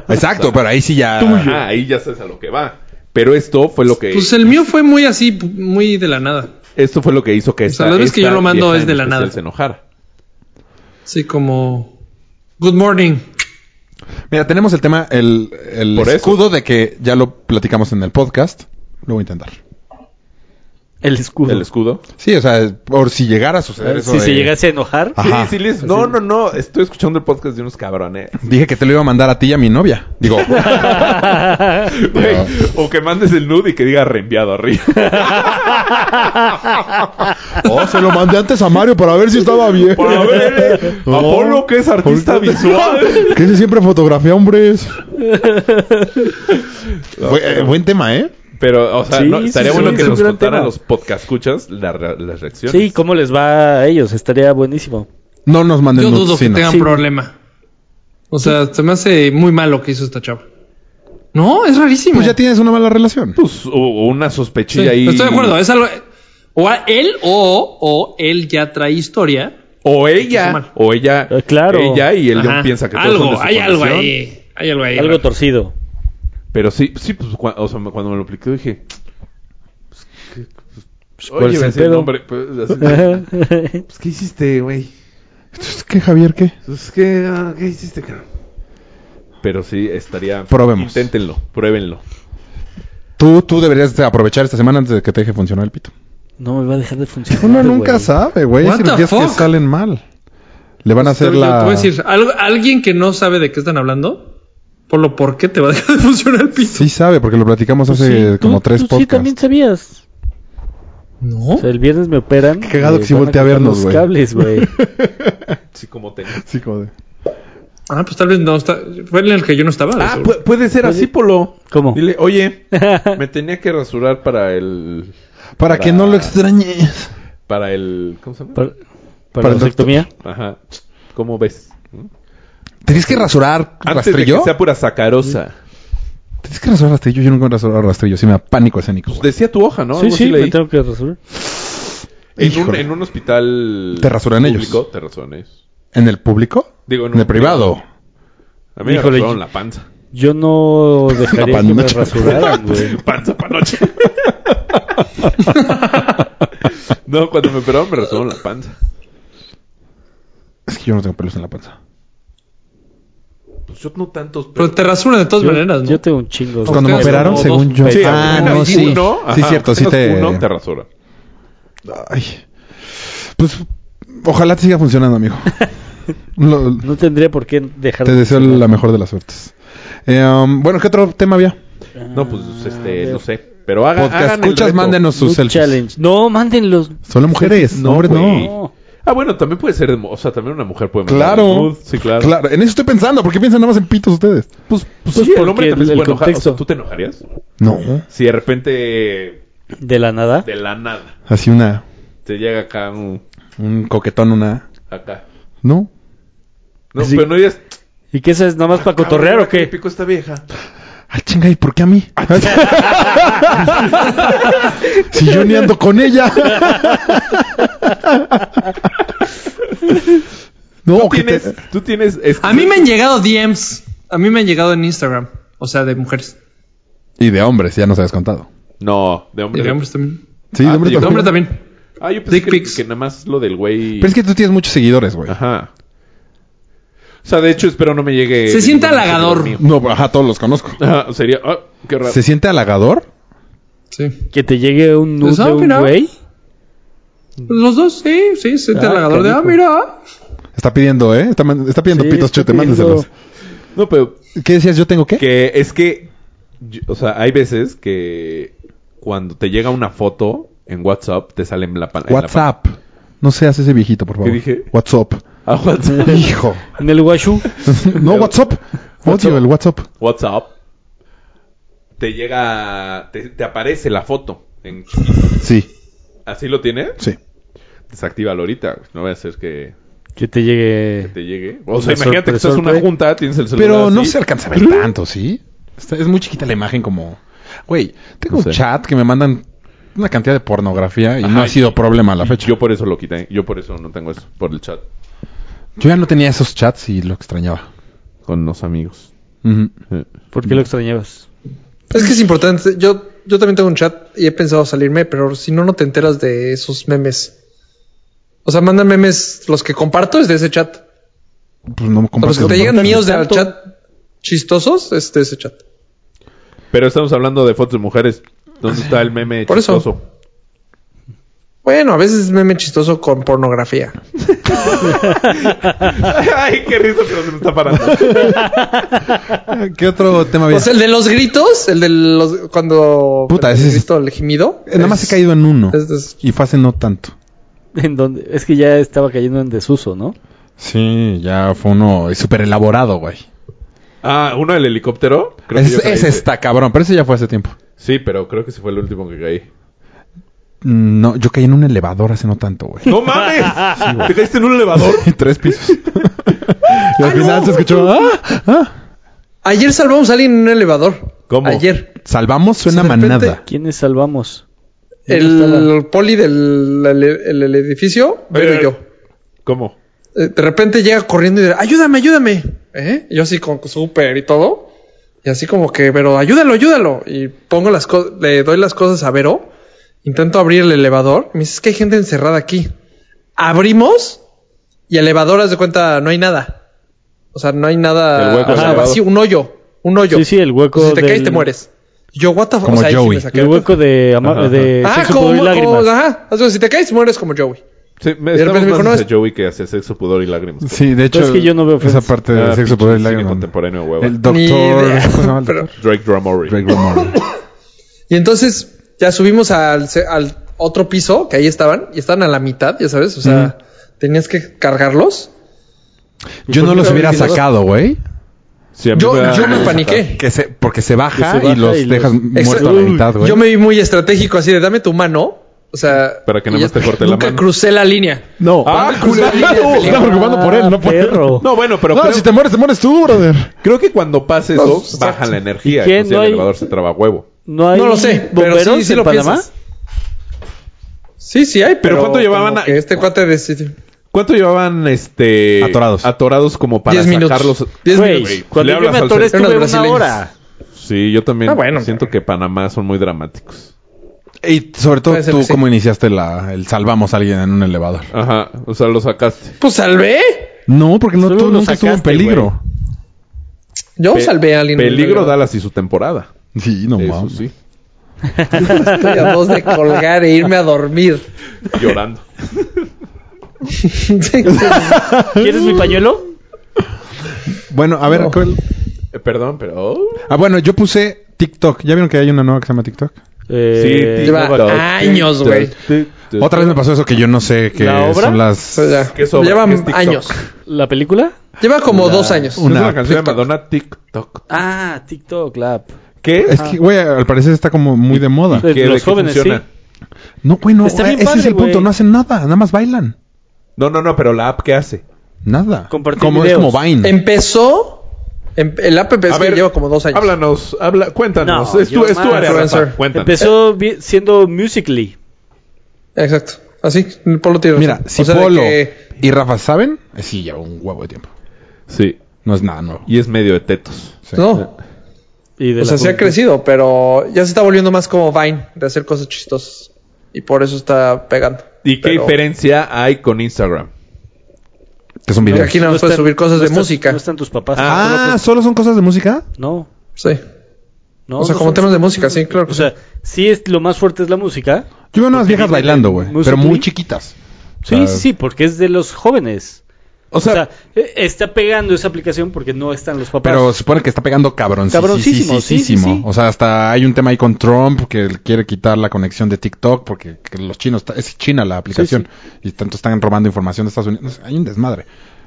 Exacto, pero ahí sí ya.
Ajá, ahí ya sabes a lo que va. Pero esto fue lo que
Pues el mío fue muy así, muy de la nada.
esto fue lo que hizo que
sea,
esta,
las veces que
esta
yo lo mando
vieja
pues, es de
en
la
especial
nada.
se enojara.
Así como... Good morning.
Mira, tenemos el tema, el, el
Por eso.
escudo de que ya lo platicamos en el podcast. Lo voy a intentar.
El escudo.
El escudo.
Sí, o sea, por si llegara a suceder eso.
si se
de-
llegase a enojar,
Ajá.
Sí, sí, Liz. No, no, no. Estoy escuchando el podcast de unos cabrones.
Dije que te lo iba a mandar a ti y a mi novia. Digo,
Güey, O que mandes el nude y que diga reenviado arriba.
oh, se lo mandé antes a Mario para ver si estaba bien.
Para
eh.
ver,
No.
Apolo que es artista
Ahorita-
visual.
Que ese siempre fotografía hombres. Bu- eh, buen tema, ¿eh?
Pero, o sea,
Sí,
no,
sí,
estaría
sí,
bueno
es
que
un
nos
gran
contaran
tema.
los podcast escuchas las reacciones.
sí, ¿cómo les va a ellos? Estaría buenísimo.
No nos manden
Yo
nudes,
dudo
sí,
que
no.
tengan
Sí.
problema. O sea, se me hace muy mal lo que hizo esta chava. No, es rarísimo.
Pues ya tienes una mala relación.
Pues, o- o una
Sí,
sospechilla ahí.
Estoy de acuerdo, es algo... O a él o, o él ya trae historia.
O
Está
ella.
mal.
O ella.
Eh, claro.
Ella y él
Ajá.
piensa que todos son de
algo,
su
hay algo
condición.
ahí. Hay algo ahí.
Algo
raro.
torcido.
Pero sí, sí, pues, cua- o sea, me- cuando me lo aplicó dije... Pues,
¿cuál es el
ese
pedo?
nombre, pues, así, pues, ¿qué hiciste, güey?
Entonces, ¿Qué, Javier, qué?
Pues, ¿qué, ah, ¿qué hiciste, cabrón? Pero sí, estaría...
Probemos.
Inténtenlo, pruébenlo.
Tú, tú deberías aprovechar esta semana antes de que te deje funcionar el pito.
no me va a dejar de funcionar.
Uno nunca
güey.
sabe, güey. Hay
What the
cirugías que
fuck?
salen mal. Le van a hacer
Te- te
la...
voy a decir, algo- alguien que no sabe de qué están hablando
Polo, ¿por qué te va a dejar de funcionar el pito?
Sí sabe, porque lo platicamos
Pues
Sí,
hace
tú-
como tres
tú Sí,
podcasts.
también sabías.
No.
O sea, el viernes me operan.
Qué cagado
me
que sí
van
voltea a
cortar
vernos,
los
güey.
cables, güey.
Sí, como te.
Sí, como de...
Ah, pues tal vez no está. Fue en el que yo no estaba. de
Ah,
seguro.
pu- puede ser así, Polo.
¿Cómo?
Dile, oye, me tenía que rasurar para el.
Para que no lo extrañes.
Para el. ¿Cómo se llama?
Para,
Para
para
el
la vasectomía.
Ajá. ¿Cómo ves?
Tenías que rasurar
Antes de
rastrillo.
que sea pura sacarosa.
Tenías que rasurar rastrillo. Yo nunca he rasurado rastrillo. Sí, me da pánico escénico.
Pues
güey.
decía tu hoja, ¿no?
sí,
Algo así
sí,
leí.
me tengo que resolver.
Pues, en, un,
Híjole.
en un hospital.
Te rasuran
público,
ellos.
Te rasuran ellos.
¿En el público?
Digo, en
En el
un-
privado.
A mí me
Híjole,
rasuraron
yo-
la panza.
Yo no dejaría que me
panocha.
rasuraran, güey.
Panza panoche. no, cuando me operaron me rasuraron la panza.
Es que yo no tengo pelos en la panza.
Pues yo no tantos.
Pero te rasuran de todas
Yo,
maneras, ¿no?
yo tengo un chingo.
Pues cuando me
Ustedes
operaron,
como
según
dos
yo.
Sí,
ah,
apenas
no, sí.
uno,
sí,
ajá,
cierto, sí
apenas
te.
Uno te rasura.
Ay. Pues ojalá te siga funcionando, amigo. Lo-
No tendría por qué dejar
te deseo la mejor de las suertes. Eh, um, bueno, ¿qué otro tema había?
No, pues este,
Ah,
no sé. Pero haga,
Podcast,
hagan el
escuchas,
reto.
mándenos sus
Nude
selfies.
challenge. No, mándenlos.
Solo mujeres,
No,
hombres
güey.
no.
Ah, bueno, también puede ser. de mo- O sea, también una mujer puede mandar
Claro.
nudes, Sí, claro.
Claro, en eso estoy pensando. ¿Por qué piensan nada más en pitos ustedes?
Pues,
Pues
pues sí, el
porque
hombre también se
el
puede enojar. O
contexto.
sea, ¿tú te enojarías?
No.
Si de repente,
De la nada.
de la nada,
Así una.
te llega acá un...
Un coquetón, una.
Acá.
No.
No,
Sí.
pero no digas...
¿Y qué es? ¿Nada más para cotorrear o
"Cabrón, me
qué?
picó esta vieja.
Ah, chinga, ¿y por qué a mí?
Ah,
si yo ni ando con ella. no,
Tú
que te-
tienes... Tú tienes... este-
A mí me han llegado DMs. A mí me han llegado en Instagram. O sea, de mujeres.
Y de hombres, ya nos habías contado.
No, de hombre.
De hombres también.
Sí,
Ah,
de hombres
sí,
De
también.
hombres también.
Ah, yo pensé
Dick
que,
pics.
que nada más lo del güey...
Pero es que tú tienes muchos seguidores, güey.
Ajá. O sea, de hecho, espero no me llegue...
Se siente
ningún
halagador.
seguidor mío.
No, ajá, todos los conozco.
Ajá, sería... ah, qué raro.
¿Se siente halagador?
Sí.
Que te llegue un nude
Pues, ah,
de un
mira.
güey.
Los dos, sí, sí. Se te
Ah,
halagador de, ah,
canijo.
mira.
Está pidiendo, ¿eh? Está, man- está pidiendo
Sí,
pitos,
está
chute,
pidiendo-
mándeselos.
No, pero...
¿Qué decías? ¿Yo tengo qué?
Que es que, yo- o sea, hay veces que cuando te llega una foto en WhatsApp, te sale en la pan- en la pan-
WhatsApp. No seas ese viejito, por favor.
dije?
WhatsApp.
Ah, WhatsApp.
Hijo.
En el guachú.
no, WhatsApp. Odio el WhatsApp.
WhatsApp. Te llega, te, te aparece la foto. En chiquito.
Sí,
¿Así lo tiene?
sí.
Desactívalo ahorita. güey. No voy a hacer que
Que te llegue.
te llegue. O sea,
Una
imagínate que
sorpresa,
estás en una
sorpresa.
junta, tienes el celular
Pero no
así.
se alcanza a ver tanto, ¿sí? Está- es muy chiquita la imagen como... Güey, tengo
No
un
sé.
chat que me mandan una cantidad de pornografía y no
Ajá,
ha sido problema a la fecha.
Yo por eso lo quité. ¿eh? Yo por eso no tengo eso. Por el chat.
Yo ya no tenía esos chats y lo extrañaba.
Con los amigos.
Ujú.
Eh.
¿Por qué lo extrañabas?
Es que es importante. Yo, yo también tengo un chat y he pensado salirme, pero si no, no te enteras de esos memes. O sea, mandan memes, los que comparto es de ese chat.
Pues no me
O sea, los que te llegan míos del
Tanto.
chat chistosos es de ese chat.
Pero estamos hablando de fotos de mujeres. ¿Dónde está el meme
Por eso.
chistoso?
Bueno, a veces es meme chistoso con pornografía.
Ay, qué risa, pero se me está parando.
¿Qué otro tema había?
O sea, el de los gritos, el de los. Cuando.
Puta,
el
ese es-
grito, el gemido.
Eh, Nada más he
es-
caído en uno.
es des-
Y fue hace no tanto.
En donde es que ya estaba cayendo en desuso, ¿no?
Sí, ya fue uno súper elaborado, güey.
Ah, uno del helicóptero. Creo que
Ese,
yo caí
ese
de-
está cabrón, pero ese ya fue hace tiempo.
Sí, pero creo que ese fue el último que caí.
Mm, No, yo caí en un elevador hace no tanto, güey.
¡No mames! ¿Te caíste en un elevador?
Tres pisos. y al final se escuchó, "Ah, ah".
Ayer salvamos a alguien en un elevador.
¿Cómo?
Ayer.
Salvamos suena
De repente-
manada.
¿Quiénes salvamos?
El poli del el- el- el edificio, Vero y yo.
¿Cómo?
Eh, De repente llega corriendo y dice, ayúdame, ayúdame. ¿Eh? Y Yo así con súper y todo. Y así como que, pero ayúdalo, ayúdalo. Y pongo las cosas, le doy las cosas a Vero. Intento abrir el elevador. Me dice, es que hay gente encerrada aquí. Abrimos y el elevador, haz de cuenta, no hay nada. O sea, no hay nada.
El hueco
o sea,
del
vacío, un hoyo. Un hoyo.
Sí, sí, el hueco
Entonces, Pues si te caes,
del-
te mueres. Yo, what the fuck.
Como
O sea, ahí sí me
Joey.
saqué
El
de
hueco de, ama-
Eh,
Ajá,
de
Ah,
sexo,
como,
pudor y
como-
lágrimas.
ajá. O sea, si te caes, mueres como Joey.
Sí, me
de
estamos
repente me dijo,
más
no,
hacia
es-
Joey que hacia sexo, pudor y lágrimas.
Sí, de hecho.
Pues es que yo no veo
Esa
Friends.
parte de
Ah,
sexo,
pinche
poder y
cine
lágrimas.
contemporáneo, hueva.
El
Ni
doctor.
idea.
¿cómo se llama el
Pero-
doctor?
Drake Drummond.
Drake Ramone.
Y entonces ya subimos al, se- al otro piso, que ahí estaban, y estaban a la mitad, ya sabes, o sea, tenías que cargarlos.
Yo no los
qué
hubiera
habilidad?
sacado, güey.
Sí, a mí
Yo,
da-
yo me paniqué.
Que se, porque se baja,
Que se
y
baja
los
y los-
dejas
Exa-
muertos a la
Uy.
mitad, güey.
Yo me vi muy estratégico, así de dame tu mano. O sea,
Para que
y
nada
ya
más te
está.
corte la
Nunca
mano.
crucé la línea.
No,
Ah,
ah, culero.
culero.
Estaba preocupando por él, no por
Ah, perro.
No, bueno, pero
Ah, no,
creo,
si te mueres, te mueres tú, brother.
creo que cuando pasa eso,
No,
baja la energía.
¿Y quién? No
entonces el
hay-
elevador se traba a huevo.
No hay
No lo sé, pero
bomberos
sí, sí
en
lo
Panamá.
piensas. Sí, sí hay, pero,
¿cuánto
como
llevaban a-
que este cuate decidió.
¿Cuánto llevaban este
Atorados.
atorados como para
10 minutos.
sacarlos?
10
Güey,
minutos.
Le
cuando yo
hablas
me
al
atoré
ser- Eran
estuve
los
una
brasileños.
hora.
Sí, yo también
Ah, bueno.
siento que Panamá son muy dramáticos.
Y sobre todo
Puede ser
tú,
que sí.
¿cómo iniciaste la, el salvamos a alguien en un elevador?
Ajá, o sea, lo sacaste.
Pues salvé.
No, porque no,
Solo
tú
lo
nunca estuvo en
sacaste,
peligro.
Yo
Pe-
salvé a alguien.
Peligro Dallas y su temporada.
Sí, no
Eso
mames.
sí,
Estoy a dos de colgar e irme a dormir.
llorando.
¿Quieres mi pañuelo?
Bueno, a ver, ¿cuál-
Eh, perdón, pero
Ah, bueno, yo puse TikTok. ¿Ya vieron que hay una nueva que se llama Tiktok?
Eh,
Sí,
Lleva
TikTok.
años, güey.
Otra vez me pasó eso que yo no sé que
¿La obra?
son las...
O sea,
¿Qué sobra?
lleva
¿Qué es TikTok?
años.
¿La película?
Lleva como dos años.
Una
Una canción
TikTok.
de Madonna TikTok.
Ah, TikTok, la app.
¿Qué?
Es que, güey, al parecer está como muy de moda.
De
¿Qué- de
los
qué
jóvenes,
funciona?
sí.
No, güey, no.
Está bien
ese es
padre,
el punto.
güey.
No hacen nada. Nada más bailan.
No, no, no, pero la app que hace.
Nada.
Compartir
como, es
videos.
como Vine.
Empezó. em- el app empezó
A ver,
lleva como dos años.
Háblanos, habla, cuéntanos.
No,
es tu,
yo
es tu
más.
área, Rafa,
Influencer.
Cuéntanos.
Empezó vi- siendo Musically.
Exacto. Así, Polo tiro.
Mira, si
O sea, de
Polo
que-
y Rafa saben, eh, sí, lleva un huevo de tiempo.
Sí,
No es nada nuevo.
y es medio de tetos.
Sí.
No,
Y de
o
la
sea, sí ha
juventud.
crecido, pero ya se está volviendo más como Vine, de hacer cosas chistosas. Y por eso está pegando.
¿Y qué
Pero-
diferencia hay con Instagram?
Que son
Y
videos.
aquí nada más
están-
puedes subir cosas
no
de
están-
música.
No están tus papás.
Ah,
No,
¿solo son cosas de música?
no,
Sí.
no.
O sea,
no
como
son-
temas de música, sí, claro que
O sea, sí es lo más fuerte es la música.
Yo veo unas viejas bailando, güey.
Musical.ly.
Pero muy chiquitas.
Sí,
sea-
sí, sí, porque es de los jóvenes.
O
O sea, eh, está pegando esa aplicación porque no están los papás.
Pero se supone que está pegando cabroncísimo.
Cabroncísimo, sí, sí, sí.
O sea, hasta hay un tema ahí con Trump que él quiere quitar la conexión de TikTok porque que los chinos, es China la aplicación, y tanto están robando información de Estados Unidos. No sé, hay un desmadre.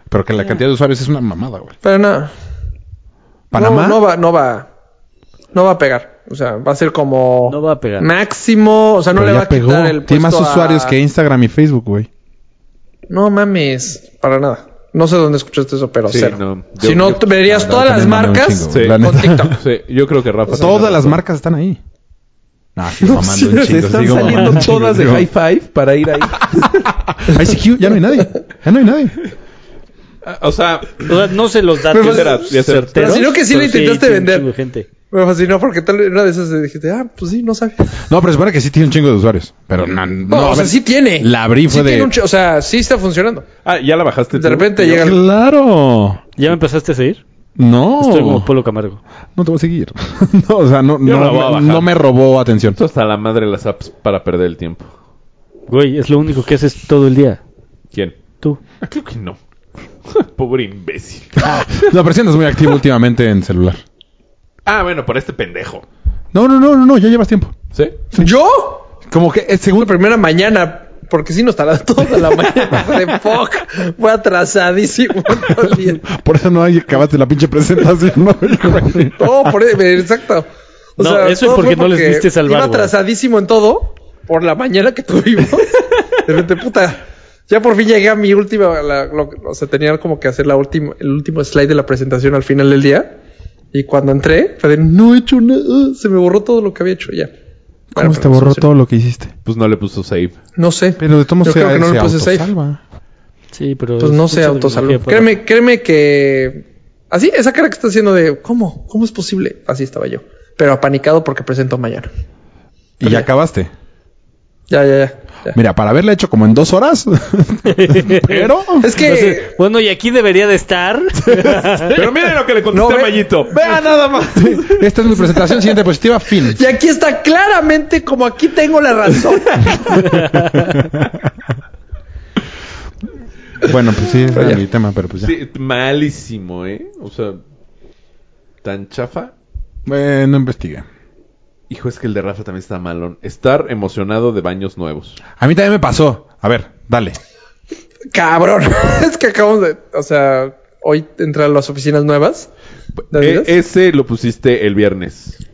Pero que la cantidad de usuarios es una mamada, güey.
Pero nada.
Panamá.
No, no va, no va. No va a pegar. O sea, va a ser como.
No va a pegar.
Máximo. O sea, no
Pero
le
ya
va a
pegó.
quitar el.
Tiene más
puesto a-
usuarios que Instagram y Facebook, güey.
No mames. Para nada. No sé dónde escuchaste eso, pero
Sí,
cero.
no, yo-
si no,
yo-
te verías
no,
todas
yo
las
también mamé un
marcas
chingo,
güey. La
con
neta.
TikTok.
Sí, yo creo que Rafa. tiene
Todas
razón.
las marcas están ahí. Ah, sigo mamando un
Se
chingo,
están
sigo mamando
saliendo
un chingo,
todas de
sigo-
high five para ir ahí.
ICQ, ya no hay nadie. Ya no hay nadie.
Ah, o sea,
O sea, no sé los datos
¿Qué será? ¿Qué será?
certeros,
Sino que sí le
pero
intentaste
tiene un
vender.
chingo de gente.
Me fascinó porque tal vez una de esas dijiste, ah, pues sí, no sabía.
No, pero se supone que sí tiene un chingo de usuarios. Pero no,
No,
no, a
o sea,
ver,
sí tiene.
La abrí
Sí
fue de.
tiene un ch- o sea, sí está funcionando.
ah, ya la bajaste.
De
tú?
repente
Yo-
llega el-
Claro.
¿Ya me empezaste a seguir?
No.
Estoy como Polo Camargo.
No te voy a seguir. no, o sea, no,
Yo la voy a
no,
bajar.
no me robó atención.
Esto hasta la madre de las apps para perder el tiempo.
Güey, es lo único que haces todo el día.
¿Quién?
Tú.
Ah, creo que no. Pobre imbécil.
No, pero sí andas muy activo últimamente en celular.
Ah, bueno, por este pendejo.
No, no, no, no, no, ya llevas tiempo.
¿Sí?
¿Yo?
Como que es
La
según.
primera mañana, porque sí nos tardamos toda la mañana de fuck. Fue atrasadísimo. todo el día.
Por eso no hay- acabaste la pinche presentación. ¿no? Güey.
No, por e-, exacto.
No, eso es
todo
porque no
fue
les
porque
diste salvar,
Iba
güey.
atrasadísimo en todo por la mañana que tuvimos. De repente, puta. Ya por fin llegué a mi última. la- lo- o sea, tenía como que hacer la última, el último slide de la presentación al final del día. Y cuando entré, fue de, no he hecho nada. Se me borró todo lo que había hecho ya.
¿Cómo
Bueno,
se te
pero
borró
funciona.
todo lo que hiciste?
Pues no le puso save.
No sé.
Pero de todos modos
Yo creo
se-
que no
se
le puse safe.
autosalva.
Sí, pero...
Pues
es
no
mucha
sé, autosalud.
tecnología para-
Créeme, créeme que. Así, esa cara que está haciendo de ¿cómo? ¿Cómo es posible? Así estaba yo. Pero apanicado porque presento mañana.
Y ya acabaste.
Ya, ya, ya. ya.
Mira, para haberla hecho como en dos horas. pero.
Es que.
Entonces, bueno, y aquí debería de estar.
Pero miren lo que le
No,
contesté
ve-
a Mayito. Vean nada más.
Esta es mi presentación, siguiente positiva, fin.
Y aquí está claramente como aquí tengo la razón.
Bueno, pues sí, ese
Pero
era
ya.
mi tema, pero pues ya.
Sí, malísimo, ¿eh? O sea, tan chafa.
Eh, no investigué.
Hijo, es que el de Rafa también está malón. Estar emocionado de baños nuevos.
A mí también me pasó. A ver, dale.
Cabrón. es que acabamos de. O sea, hoy entré a las oficinas nuevas. ¿De
E-
Adidas?
ese lo pusiste el viernes.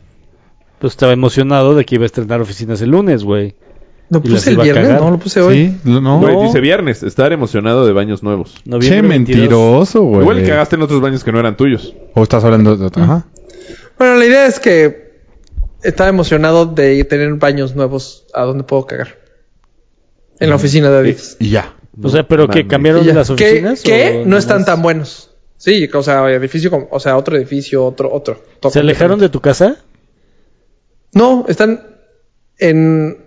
Pues estaba emocionado de que iba a estrenar oficinas el lunes, güey.
Lo
Y las
puse el
iba a
viernes,
cagar.
no lo puse hoy.
Sí, lo- no.
Güey, dice viernes, estar emocionado de baños nuevos.
Che,
Noviembre 22.
mentiroso,
Igual
güey.
le cagaste en otros baños que no eran tuyos.
O estás hablando de... Ajá.
Bueno, la idea es que estaba emocionado de tener baños nuevos a donde puedo cagar. En la oficina de Adidas.
Y ya.
O sea, pero que
Mames.
cambiaron
Y ya.
las oficinas.
Que, que
o
no
nomás-
están tan buenos. Sí, o sea, edificio como, o sea, otro edificio, otro, otro.
¿Se alejaron de tu casa?
No, están en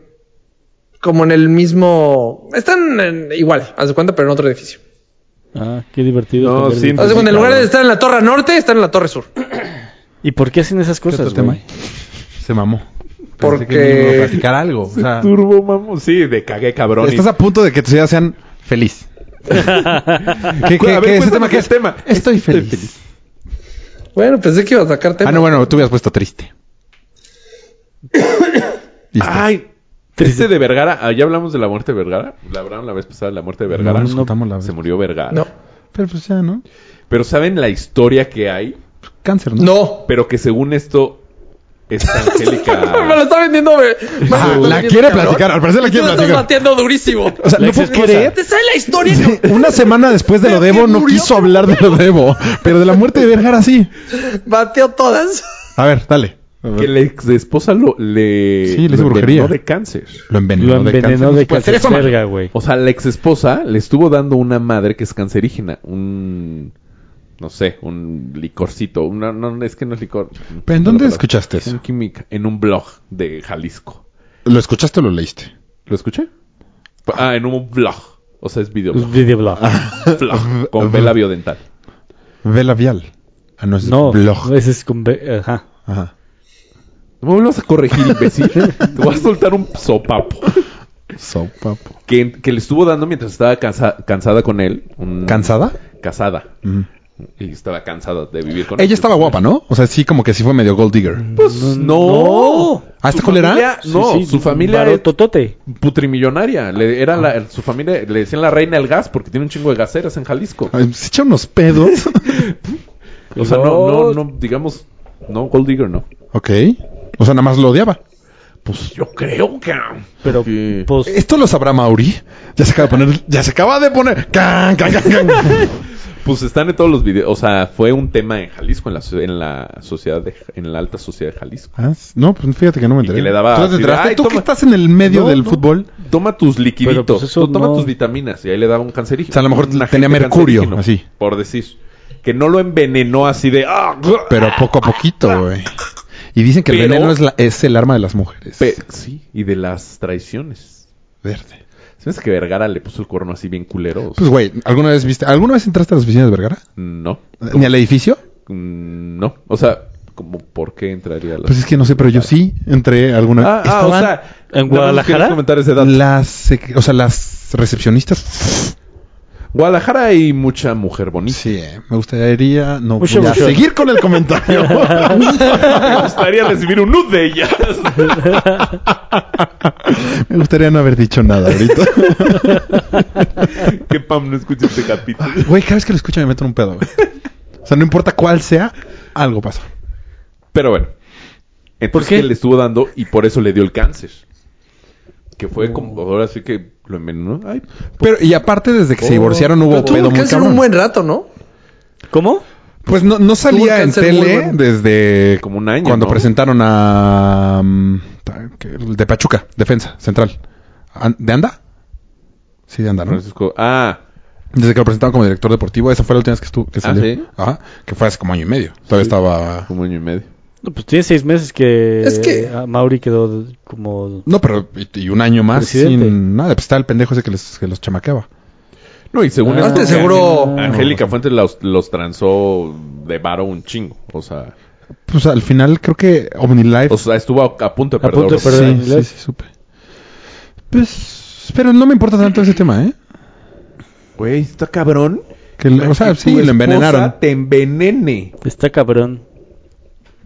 como en el mismo, están en- igual, haz de cuenta, pero en otro edificio.
Ah, qué divertido.
No,
cambiar de
sí,
edificio.
Haz de cuenta, en lugar de
cabrón.
estar en la Torre Norte, están en la Torre Sur.
¿Y por qué hacen esas cosas,
otro
güey?
Se mamó. Pensé
Porque-
que me iba a platicar algo. O sea,
Turbo, mamo. Sí, de cagué, cabrón.
Ah. estás a punto de que tus ideas sean feliz. ¿Qué,
Güey, a
qué, qué,
ver,
ese
cuéntanos
tema qué
el
es?
tema.
Estoy feliz.
Bueno, pensé que iba a sacar tema.
Ah, no, bueno, tú habías puesto triste. Listo.
Ay, triste de Vergara. Ah, ya hablamos de la muerte de Vergara. La hablaron la vez pasada, la muerte de Vergara.
No, nos juntamos la-
Se murió Vergara.
No,
Pero pues ya, ¿no?
Pero ¿saben la historia que hay?
Cáncer, ¿no?
no.
Pero que según esto es
Me lo
Angélica.
está vendiendo. me-
Ah,
me-
la
me-
quiere
cabrón.
platicar, al parecer la
Tú
quiere
me estás
platicar.
bateando durísimo.
O sea, no puedo creer.
¿Te sale la historia?
Sí, Una semana después de lo debo, no
murió,
quiso hablar de lo debo. Pero de la muerte de Vergara sí.
Bateó todas.
A ver, dale. A ver.
Que la ex esposa lo, le,
Sí, le hizo
lo envenenó
brujería.
de cáncer.
Lo envenenó,
Lo envenenó
de
Pues,
de
cáncer.
cáncer verga, güey.
O sea, la ex esposa le estuvo dando una madre que es cancerígena. Un. No sé, un licorcito. Una, no, es que no es licor.
¿Pero en dónde
No,
escuchaste
En
eso?
química, en un blog de Jalisco.
¿Lo escuchaste o lo leíste?
¿Lo escuché? Ah, en un blog. O sea, es videoblog.
Videoblog.
Ah, Blog, con vela biodental.
Vela vial. Ah, no, es
No,
blog.
ese es con... ve- Ajá.
Ajá.
No me vuelvas a corregir, imbécil. Te voy a soltar un sopapo.
Sopapo.
Que, que le estuvo dando mientras estaba cansa- cansada con él. un-
¿Cansada?
Casada.
Mm.
Y estaba cansada de vivir con él.
Ella estaba guapa, ¿no? O sea, sí, como que sí fue medio gold digger.
Pues no.
¿Ah, esta
Su
culera?
familia-
Sí,
No,
sí,
su familia
varón
era
totote.
putrimillonaria. Le, era la- su familia le decían la reina del gas porque tiene un chingo de gaseras en Jalisco.
Ay, Se echa unos pedos.
O sea, no, no, no, digamos, no, Gold Digger no.
ok. O sea, nada más lo odiaba.
Pues yo creo que.
Pero,
Sí. Eh,
pues...
Esto lo sabrá Mauri. Ya se acaba de poner. Ya se acaba de poner. Can, can, can, can.
Pues están en todos los videos. O sea, fue un tema en Jalisco, en la, so- en la sociedad, de- en la alta sociedad de Jalisco.
Ah, s- no, pues fíjate que no me enteré.
que le daba
¿Tú, te
así de,
enteraste?
"Ay,
¿Tú que
toma".
estás en el medio
No,
del
no.
fútbol?
Toma tus liquiditos.
Pero, pues, eso
no, toma
no.
tus vitaminas. Y ahí le daba un cancerígeno.
O sea, a lo mejor
Un
tenía
agente
mercurio,
cancerígeno,
así.
Por decir. Que no lo envenenó así de. "Ah, grr".
Pero poco a poquito, güey. Y dicen que el
Pero-
veneno es, la- es el arma de las mujeres.
Pe- sí, y de las traiciones.
Verde.
¿Sabes que Vergara le puso el cuerno así bien culero? O sea,
Pues, güey, ¿alguna vez viste, alguna vez entraste a las oficinas de Vergara?
no.
¿Ni al edificio?
Mm, No. O sea, como, ¿por qué entraría a la...
Pues es que no sé, pero yo sí entré alguna
ah, ah, o
Estaban
en
sea... nada más
Guadalajara.
quería comentar ese dato.
las, sec- o sea, las recepcionistas.
Guadalajara hay mucha mujer bonita.
Sí, eh, me gustaría no
Mucho,
voy a
mucho.
seguir con el comentario.
Me gustaría recibir un nude de ellas.
me gustaría no haber dicho nada ahorita.
que Pam no escuche este capítulo.
Güey, cada vez que lo escucho me meto en un pedo, güey. O sea, no importa cuál sea, algo pasa.
Pero bueno. Entonces
¿Por qué?
que le estuvo dando y por eso le dio el cáncer. Que fue
Oh.
como... Ahora sí que lo envenenó. Ay,
Pero y aparte desde que se divorciaron hubo
Pero
pedo
tuvo
muy
cáncer
cabrón.
un buen rato, ¿no?
¿Cómo?
Pues no, no salía en
cáncer muy
tele
bueno.
desde
Como un año,
cuando
¿no?
presentaron a mm, el de Pachuca, defensa central. An- ¿De anda? Sí, de anda, ¿no?
Francisco... Ah...
Desde que lo presentaron como director deportivo, esa fue la última vez que estuvo que
Ah,
salió.
¿sí?
Ajá, que fue hace como año y medio. Todavía estaba
Como año y medio.
No, pues tiene seis meses que...
Es que-
ah, Mauri quedó como...
No, pero y, y un año más
Presidente.
sin nada, pues estaba el pendejo ese que, les- que los chamaqueaba.
No, y según
Ah,
esto,
Aparte,
que
seguro.
Ángel- Angélica Fuentes los, los transó de varo un chingo. O sea,
Pues al final creo que OmniLife
o sea estuvo a, a punto de
A punto de
perderlo.
sí,
perder.
sí,
OmniLife.
sí, supe. Pues pero no me importa tanto ese tema, ¿eh?
Güey, está cabrón.
Que le- o sea,
Que
sí,
tu
le
esposa
envenenaron.
Te envenene.
Está cabrón.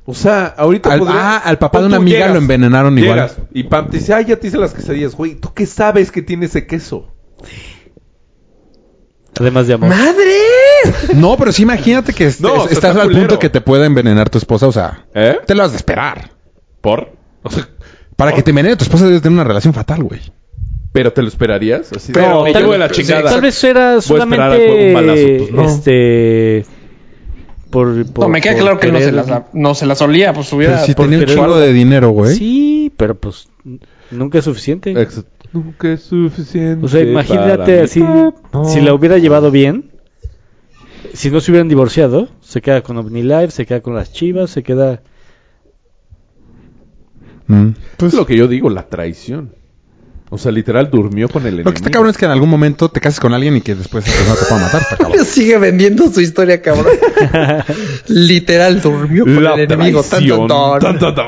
O sea, ahorita.
Al-
podría-
ah, al papá
Pon
de una
tú,
amiga lo envenenaron igual.
llegas, Y Pam te dice, ay, ya te hice las quesadillas, güey. ¿Tú qué sabes que tiene ese queso?
Además de amor.
No, pero sí imagínate que est-
No,
es-
o sea,
estás
está
al
culero.
punto que te puede envenenar tu esposa, o sea,
¿Eh?
te lo has de esperar.
¿Por? O sea,
Para que te envenene tu esposa debes tener una relación fatal, güey.
¿Pero te lo esperarías? Así de,
No,
"Oye,
tal-
llevo de la
sí,
chingada.
Tal vez era
esperar al juego un balazo,
solamente.
pues, no.
Este. Por, por-
No, me queda
por
claro que no se,
querer-
las, no se las olía, pues hubiera...
Pero si
por
tenía un
querer-
chulo de dinero, güey.
Sí, pero pues n- nunca es suficiente.
Ex- Nunca es suficiente.
O sea,
para mí.
imagínate así, si la hubiera llevado bien, si no se hubieran divorciado, se queda con OmniLife, se queda con las chivas, se queda...
Mm.
pues,
Es lo que yo digo, la traición. O sea, literal durmió con el enemigo.
Lo que está cabrón es que en algún momento te cases con alguien y que después esa persona te pueda matar, está cabrón.
Sigue vendiendo su historia, cabrón. Literal, durmió con
la
el enemigo. Tan,
traición.
tan, tan.
Tan, tan, tan.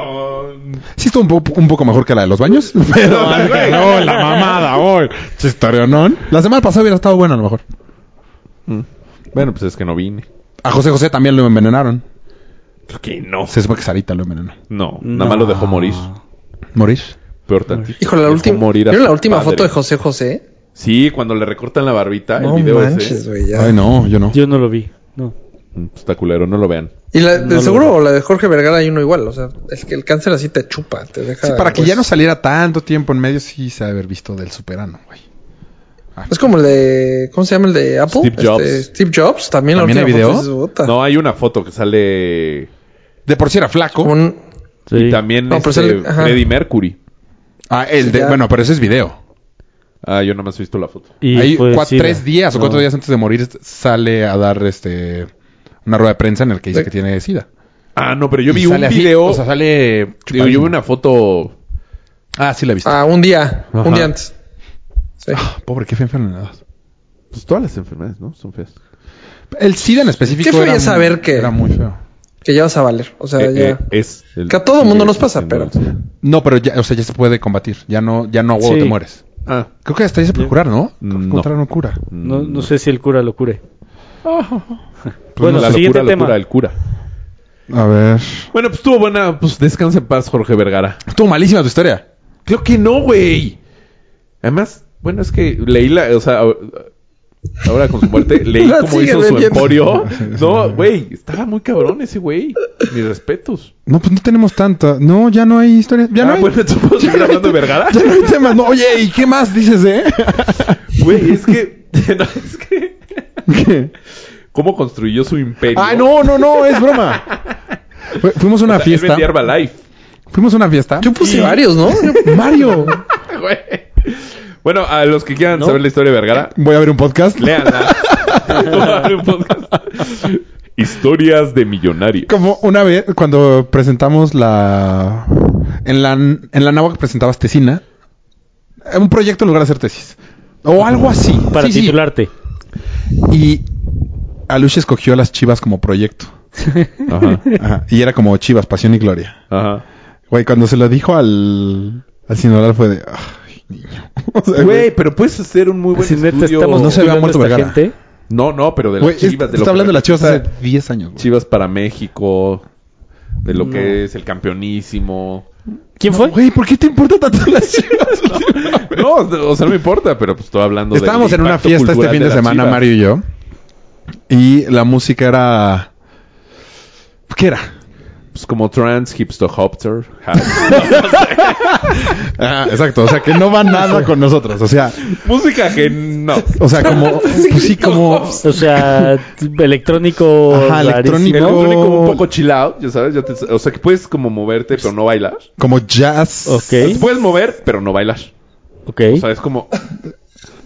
Sí estuvo un, po- un poco mejor que la de los baños, pero no, la mamada, hoy. Chistoreonón. La semana pasada hubiera estado bueno a lo mejor.
Bueno, pues es que no vine.
A José José también lo envenenaron.
Que no.
Se supone que Sarita lo envenenó.
No,
No.
nada más lo dejó morir.
¿Morir?
Peor tantito.
Híjole, la
Dejó
última,
morir a
¿vieron la
su
última
padre.
foto de José José?
Sí, cuando le recortan la barbita,
No
el video
manches,
ese.
güey, ya.
Ay, no, yo no.
Yo no lo vi, no.
Mm, pues Está culero, no lo vean.
Y la,
No
de
lo
seguro
veo.
la de Jorge Vergara hay uno igual. O sea, es que el cáncer así te chupa, te deja...
Sí, para que
pues,
ya no saliera tanto tiempo en medio, sí se ha de haber visto del superano, güey.
Es como el de... ¿Cómo se llama el de Apple? Este,
Steve Jobs.
Steve Jobs, también,
¿También hay video?
video?
No, hay una foto que sale.
De por sí era flaco.
Sí.
Y también
No, pero
este,
sale- ajá.
Freddie Mercury.
Ah, el de.
Ya.
Bueno, pero ese es video.
Ah, yo nada más he visto la foto.
Y
Ahí,
fue
cua-
SIDA.
tres días o
No.
cuatro días antes de morir, este, sale a dar este una rueda de prensa en el que dice
Sí.
que tiene SIDA.
Ah, no, pero yo
Y
vi un
sale así,
video.
o sea, sale.
digo, yo vi una foto.
Ah, sí la he visto.
Ah, un día.
Ajá.
Un día antes. Sí.
Ah, pobre, qué fea enfermedad.
Pues todas las enfermedades, ¿no? Son feas.
El SIDA en específico.
Qué feo
era
ya
muy-
saber que-
Era muy feo.
Que ya vas a valer. O sea,
Eh,
Ah, ya...
eh, es el-
Que a todo mundo nos
es-
pasa,
es-
pero-
No, pero ya, o sea, ya se puede combatir. Ya no, ya no a huevo
Sí.
te mueres.
Ah, mm,
Creo que hasta ahí se puede curar, ¿no? Creo que
No.
Encontraron cura.
No, no sé si el cura lo cure.
Pues
Bueno,
no, la
siguiente
locura,
tema.
locura, el cura.
A ver.
Bueno, pues estuvo buena. Pues descansa en paz, Jorge Vergara.
Estuvo malísima tu historia.
Creo que no, güey. Además, bueno, es que leí la. O sea, a- ahora con su muerte, leí
La
cómo
sigue
hizo su
vendiendo.
emporio. No, güey, estaba muy cabrón ese güey. Mis respetos.
No, pues no tenemos tanta. No, ya no hay historia. Ya no
ah,
hay.
bueno, ¿tú puedo seguir hablando de Vergara?
Ya no hay temas. No, oye, ¿y qué más dices, eh?
Güey, es que. No, es que. ¿Cómo construyó su imperio?
Ay, Ah, no, no, no, es broma. Fu- Fuimos a una
O sea, él
fiesta.
vendía Herbalife.
Fuimos a una fiesta.
Yo puse varios, ¿no? Yo-
Mario.
Güey. Bueno, a los que quieran saber la historia de Vergara,
Voy a ver un podcast.
léanla. Voy a abrir un podcast. Historias de millonarios.
Como una vez cuando presentamos la en la en la náhuatl presentabas tesina, eh, un proyecto en lugar de hacer tesis o algo así.
Para
Sí, sí.
titularte.
Y Alush escogió a las Chivas como proyecto.
Ajá.
Ajá. Y era como Chivas, pasión y gloria.
Ajá.
Güey, cuando se lo dijo al al sinodal fue de "Ay, niño. O sea,
Güey, pero puedes hacer un muy buen
Si neta
estudio.
estamos
No se había muerto
titulando esta
Vergara.
gente,
No, no, pero de las
güey, es-
Chivas. de
está
lo que
hablando de las Chivas hace
representa
10 años. güey.
Chivas para México, de lo
No.
que es el campeonísimo.
¿quién fue?
Güey, ¿por qué te importa tanto las Chivas?
No, o sea, no me importa, pero pues estoy hablando del
Estábamos en una
impacto
fiesta este
cultural
fin de,
las
semana,
Chivas.
Mario y yo. Y la música era. ¿Qué era?
Pues como trans, hipstocopter.
Ah, exacto. O sea, que no va nada con nosotros. O sea,
Música que no.
o sea como. Pues sí, como.
O sea, t- electrónico,
Ajá,
rarísimo.
electrónico.
Electrónico un poco chill out, ya sabes. ya te- o sea, que puedes como moverte, pero no bailar.
Como jazz.
O sea, te
Ok,
puedes mover, pero no bailar.
ok.
O sea, es como...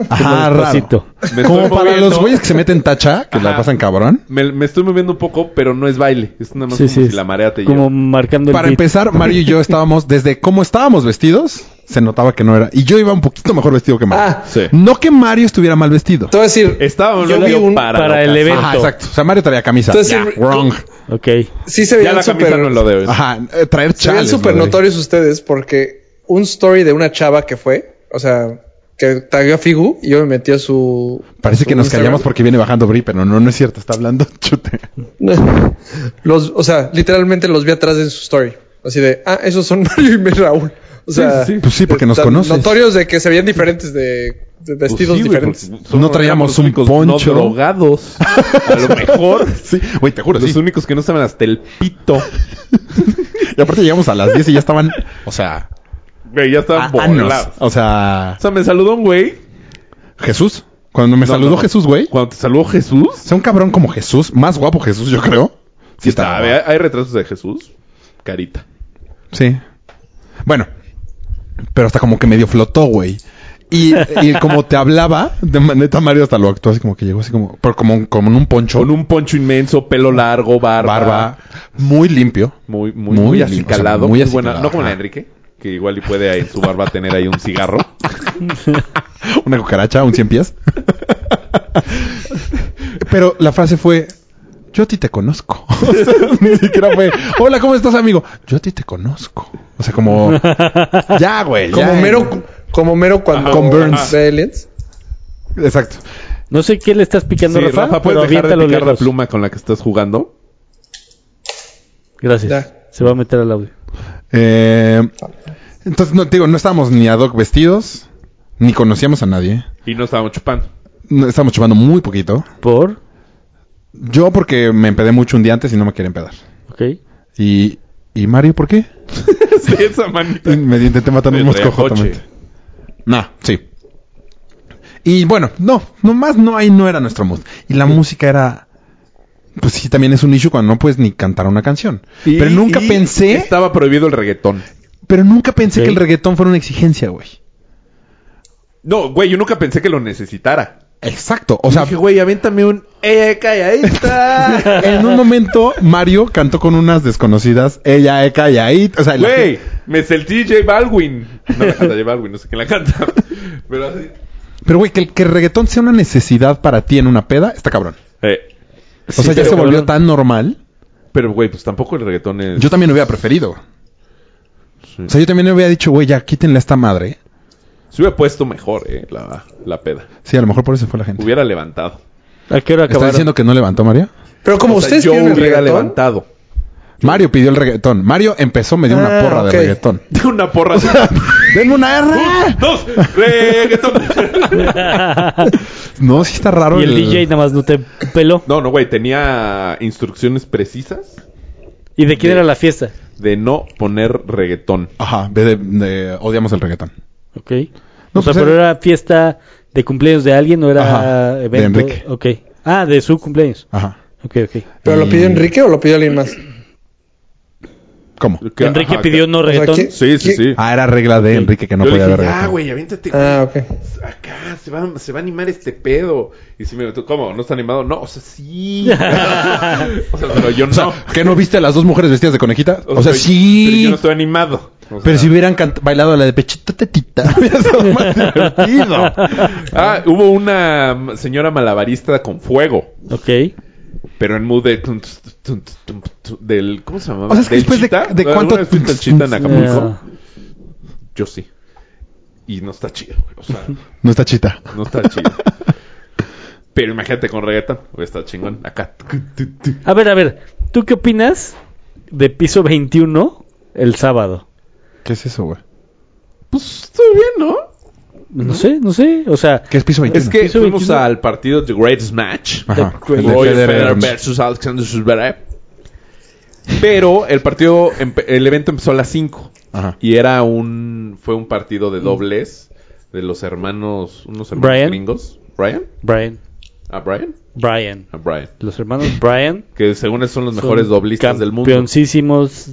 Ajá,
Como
raro.
despacito.
Me
Como
estoy
para
moviendo.
los güeyes que se meten tacha, que la
Ajá.
pasan cabrón.
Me, me estoy moviendo un poco, pero no es baile. Es nada más
Sí,
como
sí,
si
es
la marea te
como
lleva.
marcando el
Para
beat.
empezar, Mario y yo estábamos, desde cómo estábamos vestidos, se notaba que no era. Y yo iba un poquito mejor vestido que Mario.
Ah,
Sí.
No que Mario estuviera mal vestido.
Te voy a decir,
Estaba
Yo vi un-
para,
para
locas.
el evento.
Ajá, exacto. O sea, Mario traía camisa.
Entonces,
Ya,
sí,
wrong.
Ok.
sí se
Ya
veían
la
súper
camisa no lo debe.
Ajá, eh, traer
se veían
chales.
súper
madre.
notorios ustedes porque un story de una chava que fue, o sea, que tagueó a Figu y yo me metí a su.
Parece
a su
que nos
Instagram.
callamos porque viene bajando Bri, pero no, no es cierto, está hablando chute.
Los, o sea, literalmente los vi atrás de su story. Así de, ah, esos son Mario y Raúl. O sea,
sí, sí. Pues sí, porque nos
tan
conoces.
Notorios de que se veían diferentes, de, de vestidos
Pues sí, güey,
diferentes.
porque son-
No traíamos
los
un
únicos
poncho.
No drogados. A lo mejor.
Sí, güey, te juro,
Los
sí.
únicos que no saben hasta el pito.
Y aparte llegamos a las 10 y ya estaban, o sea,
Güey, ya estaban
anos.
volados.
O sea,
O sea, me saludó un güey.
Jesús. Cuando me
No,
saludó
no.
Jesús, güey.
Cuando te saludó Jesús.
O sea, un cabrón como Jesús, más guapo Jesús, yo creo.
Sí, está.
guapo.
ve, Hay, retratos de Jesús. Carita.
Sí. Bueno, pero hasta como que medio flotó, güey. Y, y como te hablaba, de ma- neta Mario hasta lo actuó así como que llegó así como, pero como, un- como en un poncho,
Con un poncho inmenso, pelo largo, barba.
barba, muy limpio.
Muy, muy,
Muy
muy,
limpio,
acicalado.
o sea, muy
muy buena.
acicalado,
No como la
ajá.
de Enrique. Que igual y puede ahí en su barba tener ahí un cigarro.
Una cucaracha, un cien pies. Pero la frase fue, yo a ti te conozco. O sea, Ni siquiera fue, hola, ¿cómo estás, amigo? Yo a ti te conozco. O sea, como, ya, güey.
Como
ya.
mero, como mero cuando.
Con Burns.
de Aliens.
Exacto.
No sé qué le estás picando,
Sí,
Rafa,
Rafa,
pero
¿puedes dejar
aviéntalo
de picar la
lejos.
pluma con la que estás jugando?
Gracias.
Ya.
Se va a meter al audio.
Eh, entonces, no, te digo, no estábamos ni ad hoc vestidos, ni conocíamos a nadie.
Y no estábamos chupando.
No, estábamos chupando muy poquito.
¿Por?
Yo porque me empedé mucho un día antes y no me quería empedar.
Ok.
Y, y Mario, ¿por qué?
sí, esa manita.
Y me intenté matar un
Me traía
mosco
coche.
jotamente. Nah, sí. Y bueno, no, nomás no, ahí no era nuestro mood. Y la música era... Pues sí, también es un issue cuando no puedes ni cantar una canción.
Y-
pero nunca
y
pensé...
Estaba prohibido el reggaetón.
Pero nunca pensé
Ok.
que el reggaetón fuera una exigencia, güey.
No, güey, yo nunca pensé que lo necesitara.
Exacto. O sea,
dije, güey, avéntame un. ¡Eh, calladita!
En un momento, Mario cantó con unas desconocidas. Ella, Eka y ahí. O sea, la-
Güey, me sentí J Balvin. No me canta J Balvin, no sé quién la canta. Pero así.
Pero, güey, que, el- que el reggaetón sea una necesidad para ti en una peda, está cabrón.
Eh,
O sea, ya
pero
se volvió
cabrón.
tan normal.
pero, güey, pues tampoco el reggaetón es.
Yo también lo hubiera preferido.
Sí.
O sea, yo también le hubiera dicho, güey, ya quítenle a esta madre.
Se hubiera puesto mejor, eh, la, la peda.
Sí, a lo mejor por eso fue la gente.
Hubiera levantado.
¿A qué hora
¿Está
acabaron?
diciendo que no levantó Mario?
Pero como
O sea,
ustedes
yo
vieron el
hubiera
reggaetón,
levantado.
Mario pidió el reggaetón. Mario empezó, me dio una
Ah,
porra
ok.
de reggaetón. ¡Ah!
Una porra. así.
¡Denme una R!
Dos, reggaetón.
No, sí está raro
Y el DJ nada más no te peló.
No, no, güey, tenía instrucciones precisas
¿Y de quién
De-
era la fiesta?
de no poner reggaetón.
Ajá, de- de- de- odiamos el reggaetón.
Ok.
No,
o sea,
pues
pero
era-
era fiesta de cumpleaños de alguien o era
Ajá, de
evento.
Enrique.
Ok. Ah, de su cumpleaños.
Ajá.
Ok, ok.
¿Pero lo pidió
Y-
Enrique o lo pidió alguien más?
¿Cómo?
Que-
Enrique
ajá,
pidió
que-
no
sea,
reggaetón.
¿qué-
Sí, sí, sí.
Ah, era regla de Enrique que no
Yo le
podía
dije,
haber
ya,
reggaetón.
güey, aviéntate.
Ah, ok.
Acá se va, se va a animar este pedo. Y si me meto, ¿cómo? ¿No está animado? No, o sea, sí. o sea, pero yo no.
O sea, ¿que no viste a las dos mujeres vestidas de conejita? O, sea,
Pero
sí.
yo no
Pero,
estoy animado. O sea,
si hubieran cant- bailado la de pechito tetita, hubiera sido más divertido.
Ah, hubo una mm, señora malabarista con fuego.
Ok.
Pero en mood de... tun, tun, tun, tun, tun, del... ¿Cómo se llamaba?
O sea, es que
¿Del
después de-
chita?
de cuánto-
¿Alguna vez fuiste al chita en Acapulco?
Ah,
Yo sí. Y no está chido, güey. O sea,
No está chita.
no está chido. Pero imagínate con reggaetón. Hubiera estado chingón. Acá.
A ver, a ver, ¿tú qué opinas de piso 21 el sábado?
¿Qué es eso, güey?
Pues estoy bien, ¿no?
No sé, no sé, o sea,
¿Qué es piso 21?
Es que
Hizo
fuimos
21.
al partido The Greatest Match.
Ajá,
The
el de
Hoy
Federer.
Federer versus Alexander Zverev. Pero el partido, empe- el evento empezó a las 5.
Ajá.
Y era un, fue un partido de dobles de los hermanos, unos hermanos
Brian.
gringos. ¿Brian?
Brian,
¿A Brian?
Brian,
A Brian.
los hermanos Brian,
Que según eso son los mejores
son
doblistas del mundo.
Campeoncísimos,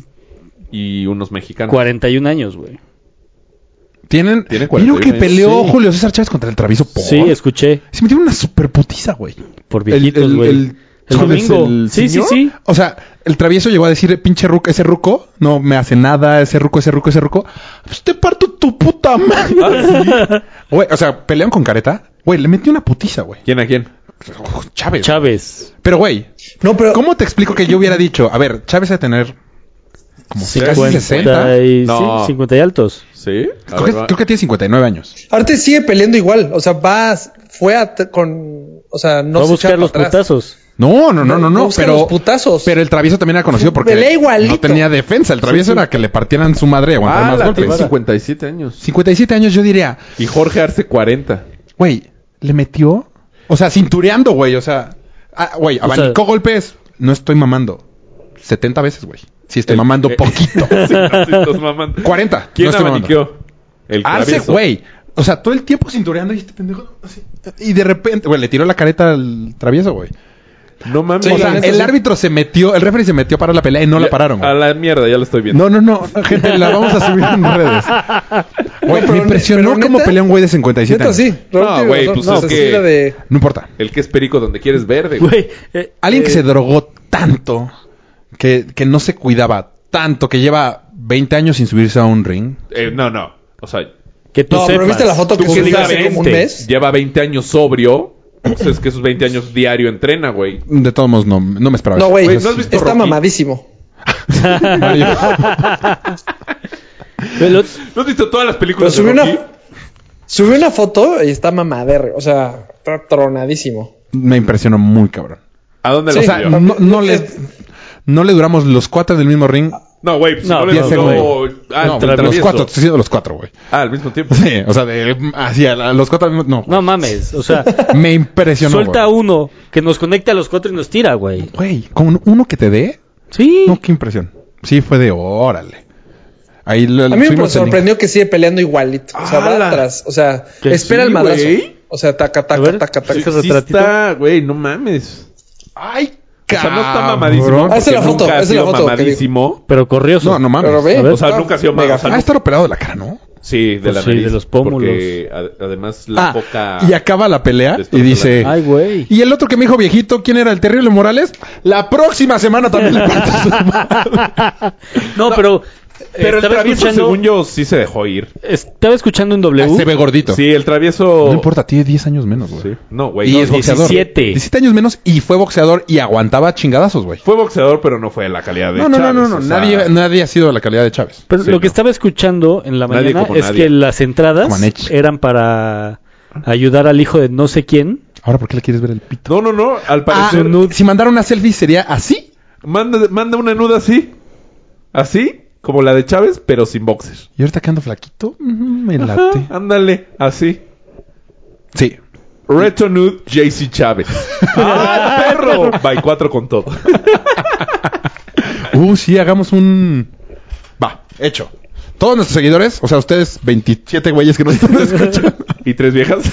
Y unos mexicanos.
41 años, güey.
Tienen.
Tiene
Vieron
41
que
años.
peleó
Sí.
Julio César Chávez contra el travieso por.
Sí, escuché,
Se metieron una super putiza, güey.
por viejitos, güey. El,
¿sabes
domingo,
el
sí, sí,
señor?
sí,
O sea, el travieso llegó a decir, pinche ruco, ese ruco, no me hace nada, ese ruco, ese ruco, ese ruco. Pues te parto tu puta madre. Güey, o sea, pelean con careta. Güey, le metí una putiza, güey.
¿Quién a quién?
Chávez.
Chávez,
Pero, güey,
No, pero.
¿cómo te explico que yo hubiera dicho, a ver, Chávez ha de tener Como
Sí,
casi
50.
60.
y,
No.
sí, 50 y altos.
¿Sí? A
Creo
ver,
que,
va.
creo que tiene 59 años.
Arte sigue peleando igual. O sea, va, fue a t- con. O sea, no
No va a
se echa
buscar
para
los
atrás.
putazos.
No, no, no, no, no.
Busca los
Pero,
putazos.
pero el travieso también era conocido porque
Pelea igualito.
no tenía defensa. El travieso era que le partieran su madre y aguantar
Ah,
más
la
golpes.
tiene 57 años.
57 años yo diría,
Y Jorge Arce 40.
güey, le metió, o sea, cintureando, güey, o sea, ah, güey, abanicó
sea-
golpes, no estoy mamando. 70 veces, güey. Sí estoy mamando
eh,
poquito.
Sí, no, sí, estás mamando.
40.
¿Quién
no estoy mamando.
abaniqueó? El
Arce,
travieso.
güey. O sea, todo el tiempo cintureando y este pendejo así. Y de repente, güey, le tiró la careta al travieso, güey.
No mames.
o sea,
Ya-
neta,
el
sí.
árbitro se metió, el referee se metió para la pelea y no la pararon, güey.
A la mierda, ya lo estoy
No,
viendo.
no, no, gente, la vamos a subir en redes. Güey,
pero
me
ne-
impresionó
pero
cómo
neta-
pelea un güey de 57
Neta,
años.
sí. Raúl
No,
tiene
güey,
razón.
pues
O sea,
es
sí
que-
era de-
No importa.
El que es perico donde quieres verde, güey.
Güey. eh,
Alguien que
eh,
se drogó tanto, que, que no se cuidaba tanto, que lleva 20 años sin subirse a un ring.
Eh, no, no. O sea,
Que tú
No, pero
sepas.
viste la foto que
Tú
subí hace
claramente.
como un mes.
lleva 20 años sobrio. Pues es que esos 20 años diario entrena, güey.
De todos modos, no, no me esperaba.
No,
eso.
güey.
Güey, Pues, ¿no has visto
Está
Rocky?
mamadísimo.
Mario,
Pero-
¿No has visto todas las
Pero
películas
subí
de Pues, Rocky?
una. Subí una foto y está mamader. O sea, está tronadísimo.
me impresionó muy cabrón.
¿A dónde
Sí,
lo
O sea,
subió?
no, no le, no le duramos los cuatro del mismo ring.
No, güey, pues,
No,
no, le
diez
duró-
segundos.
Ah,
no, entre
entre
los
travieso.
cuatro, estoy diciendo los cuatro, güey.
Ah, al mismo tiempo.
Sí, o sea, de, así, a la- a los cuatro al mismo- No,
no mames. O sea,
me impresionó.
suelta
güey.
uno que nos conecta a los cuatro y nos tira, güey.
Güey, con uno que te dé,
Sí.
no, qué impresión. Sí, fue de órale. Ahí lo,
A mí me
subimos el link.
sorprendió que sigue peleando igualito. O sea, va
¡Hala!
atrás. O sea,
Que
espera
sí,
el madrazo.
güey.
O sea, taca,
A
taca,
ver,
taca,
Sí,
taca.
ese
sí
ratito.
está, güey, no mames.
Ay,
O sea, no está
cabrón. Ah,
mamadísimo.
Hazle la
porque
foto,
nunca ha
hazle la
sido
foto, que
mamadísimo.
Pero corrioso.
No, no mames.
Pero ve.
A ver.
O sea, nunca ha sido
Mega
mamadísimo.
Ah, de estar operado de la cara, ¿no?
Sí, de
Pues
la
sí,
nariz.
de los pómulos.
Porque ad- además la
Ah,
boca...
Y acaba la pelea y dice...
Ay, güey.
Y el otro que me dijo viejito, ¿quién era el terrible Morales? La próxima semana también le parto su madre".
No, pero. eh,
Pero el
estaba
travieso,
escuchando,
según yo, sí se dejó ir.
Estaba escuchando en W.
Ah,
Se ve gordito.
Sí, el travieso...
No importa, tiene 10 años menos, güey.
Sí. No, güey.
Y
no,
es
no,
boxeador.
17.
17 años menos y fue boxeador y aguantaba chingadazos, güey.
Fue boxeador, pero no fue de la calidad de
No, no, no,
Chávez,
no, no.
o sea,
Nadie, nadie ha sido de la calidad de Chávez.
Pero
Sí,
lo que
no.
estaba escuchando en la
Nadie
mañana
como
es
nadie.
que las
Como
entradas
Nech.
eran para ayudar al hijo de no sé quién.
Ahora, ¿por qué le quieres ver el pito?
No, no, no. Al
Ah,
parecer...
si mandara una selfie sería así.
Manda, manda una nuda así. Así, como la de Chávez, pero sin boxer.
Y ahorita que ando flaquito, mm, me
Ajá,
late.
ándale, así.
Sí.
Reto nude JC Chávez. ¡Ah, perro! By cuatro con todo.
Uh, sí, hagamos un... Va, hecho. Todos nuestros seguidores, o sea, ustedes 27 güeyes que nos están escuchando.
¿Y tres viejas?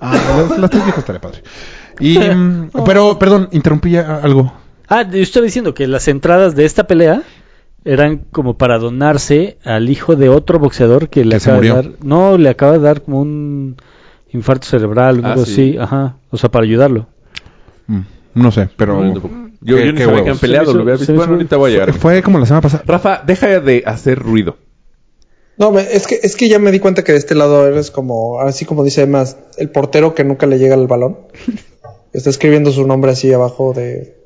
Ah, las, las tres viejas estaría padre. Y, mm, pero, perdón, interrumpí ya algo.
Ah, yo estaba diciendo que las entradas de esta pelea eran como para donarse al hijo de otro boxeador que le
Que se
acaba de
murió.
dar. No, le acaba de dar como un infarto cerebral,
Ah,
algo
sí.
así. Ajá. O sea, para ayudarlo.
Mm, No sé, pero...
Yo, yo ni
qué
sabía que
huevos.
han peleado,
Se me
lo había
hizo- se
visto.
me
Bueno,
hizo-
ahorita voy a llegar.
Fue como la semana pasada.
Rafa, deja de hacer ruido.
No, me- es que, es que ya me di cuenta que de este lado eres como, así como dice más, el portero que nunca le llega el balón. Está escribiendo su nombre así abajo de.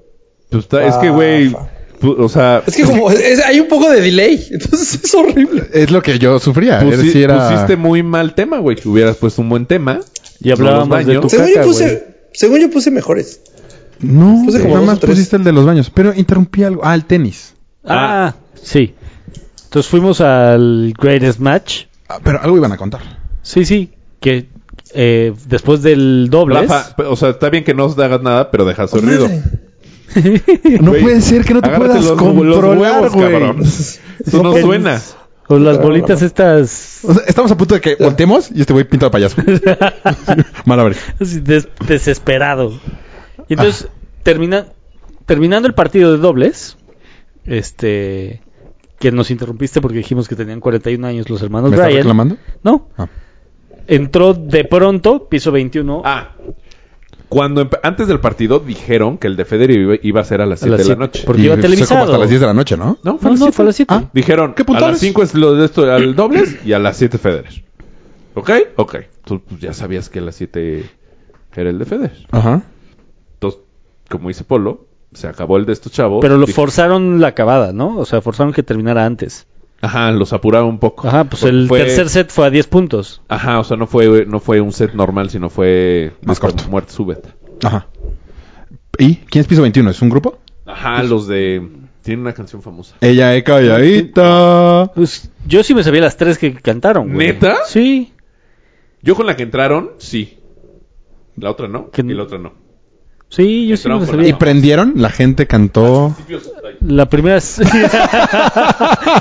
Pues está- es
Ah,
que, güey,
Rafa.
tú- o sea,
Es que como es- hay un poco de delay, entonces es horrible.
Es lo que yo sufría.
pusi-
es decir, era-
pusiste muy mal tema, güey. Que hubieras puesto un buen tema.
Y hablábamos
los
de
baños.
tu
Según
caca,
yo puse,
güey.
según yo puse mejores.
No,
Puse como
nada
dos
más
o tres.
pusiste el de los baños. Pero interrumpí algo. Ah, el tenis.
Ah, sí. Entonces fuimos al Greatest Match.
Ah, pero algo iban a contar.
Sí, sí. Que eh, después del doble.
Rafa, o sea, está bien que no os hagas nada, pero deja hacer ruido.
No
Güey,
puede ser que no te
Agárrate
puedas
los- los
controlar,
huevos,
güey.
cabrón. Eso no suena.
O las bolitas estas.
O sea, estamos a punto de que voltemos y este güey pinta de payaso. Mala ver.
así des- desesperado. Y entonces,
Ah.
termina, terminando el partido de dobles, este que nos interrumpiste porque dijimos que tenían 41 años los hermanos
¿Me estás
Bryan.
reclamando?
No.
Ah.
Entró de pronto, piso 21.
Ah, cuando empe- antes del partido dijeron que el de Federer iba, iba a ser a las
A
7
las
de la
siete,
noche.
Porque iba
fue
televisado.
como hasta las 10 de la noche, ¿no?
No, fue
no,
a las
no,
7.
fue a las 7.
Ah.
Dijeron,
¿Qué
a
puntales?
las 5 es lo de esto, al dobles y a las 7 Federer. ¿Ok? Ok. Tú pues, ya sabías que a las 7 era el de Federer.
Ajá.
Entonces, como dice Polo, se acabó el de estos chavos.
Pero lo
Dijo-
forzaron la acabada, ¿no? O sea, forzaron que terminara antes.
Ajá, los apuraron un poco.
Ajá, pues
Porque
el
fue-
tercer set fue a 10 puntos.
Ajá, o sea, no fue, no fue un set normal, sino fue...
Más
fue
corto.
Muerte súbeta.
Ajá. ¿Y quién es piso 21? ¿Es un grupo?
Ajá, los de... Tienen una canción famosa.
Ella es calladita.
Pues yo sí me sabía las tres que cantaron, güey.
¿Neta?
Sí.
Yo con la que entraron, sí. La otra no,
Que-
y la otra no.
Sí, yo sí
Entraron
me
con
¿Y
sabía.
la-
prendieron? La gente cantó.
La primera es...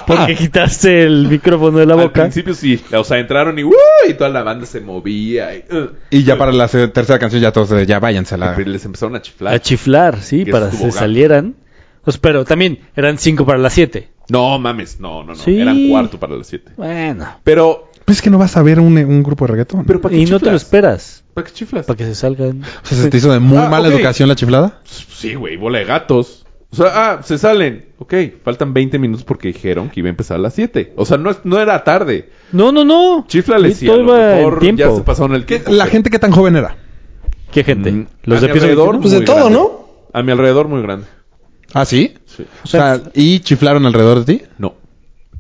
Porque quitaste el micrófono de la
Al
boca.
principio sí, o sea, entraron y ¡uh! y toda la banda se movía y, uh,
Y ya para la se- tercera canción ya todos, eh, ya váyanse a la...
pero les empezaron a chiflar.
A chiflar, sí,
Que
para que
estuvo
se
gacho.
salieran. Pues, pero también eran 5 para las 7.
no mames, no, no, no,
Sí.
eran cuarto para las siete.
Bueno.
Pero,
Pues es que no vas a ver un, un grupo de reggaetón.
pero ¿para qué
Y no
chiflas?
te lo esperas.
¿Para qué chiflas?
Para que se salgan.
O sea, ¿se te hizo de muy
Ah,
mala
ok.
educación la chiflada?
Sí, güey, bola de gatos. O sea, ah, se salen. Ok, faltan 20 minutos porque dijeron que iba a empezar a las 7. O sea, no, es- no era tarde.
No, no, no.
Chiflale
Y
si a
todo
lo
iba en
mejor
tiempo.
ya se pasaron el tiempo.
La
pero-
gente que tan joven era.
¿Qué gente?
Mm,
Los
a
de
mi
piso
alrededor,
21?
Pues de
muy
todo,
grande.
¿no?
A mi alrededor muy grande.
¿Ah, sí?
Sí.
O sea, ¿y chiflaron alrededor de ti?
No.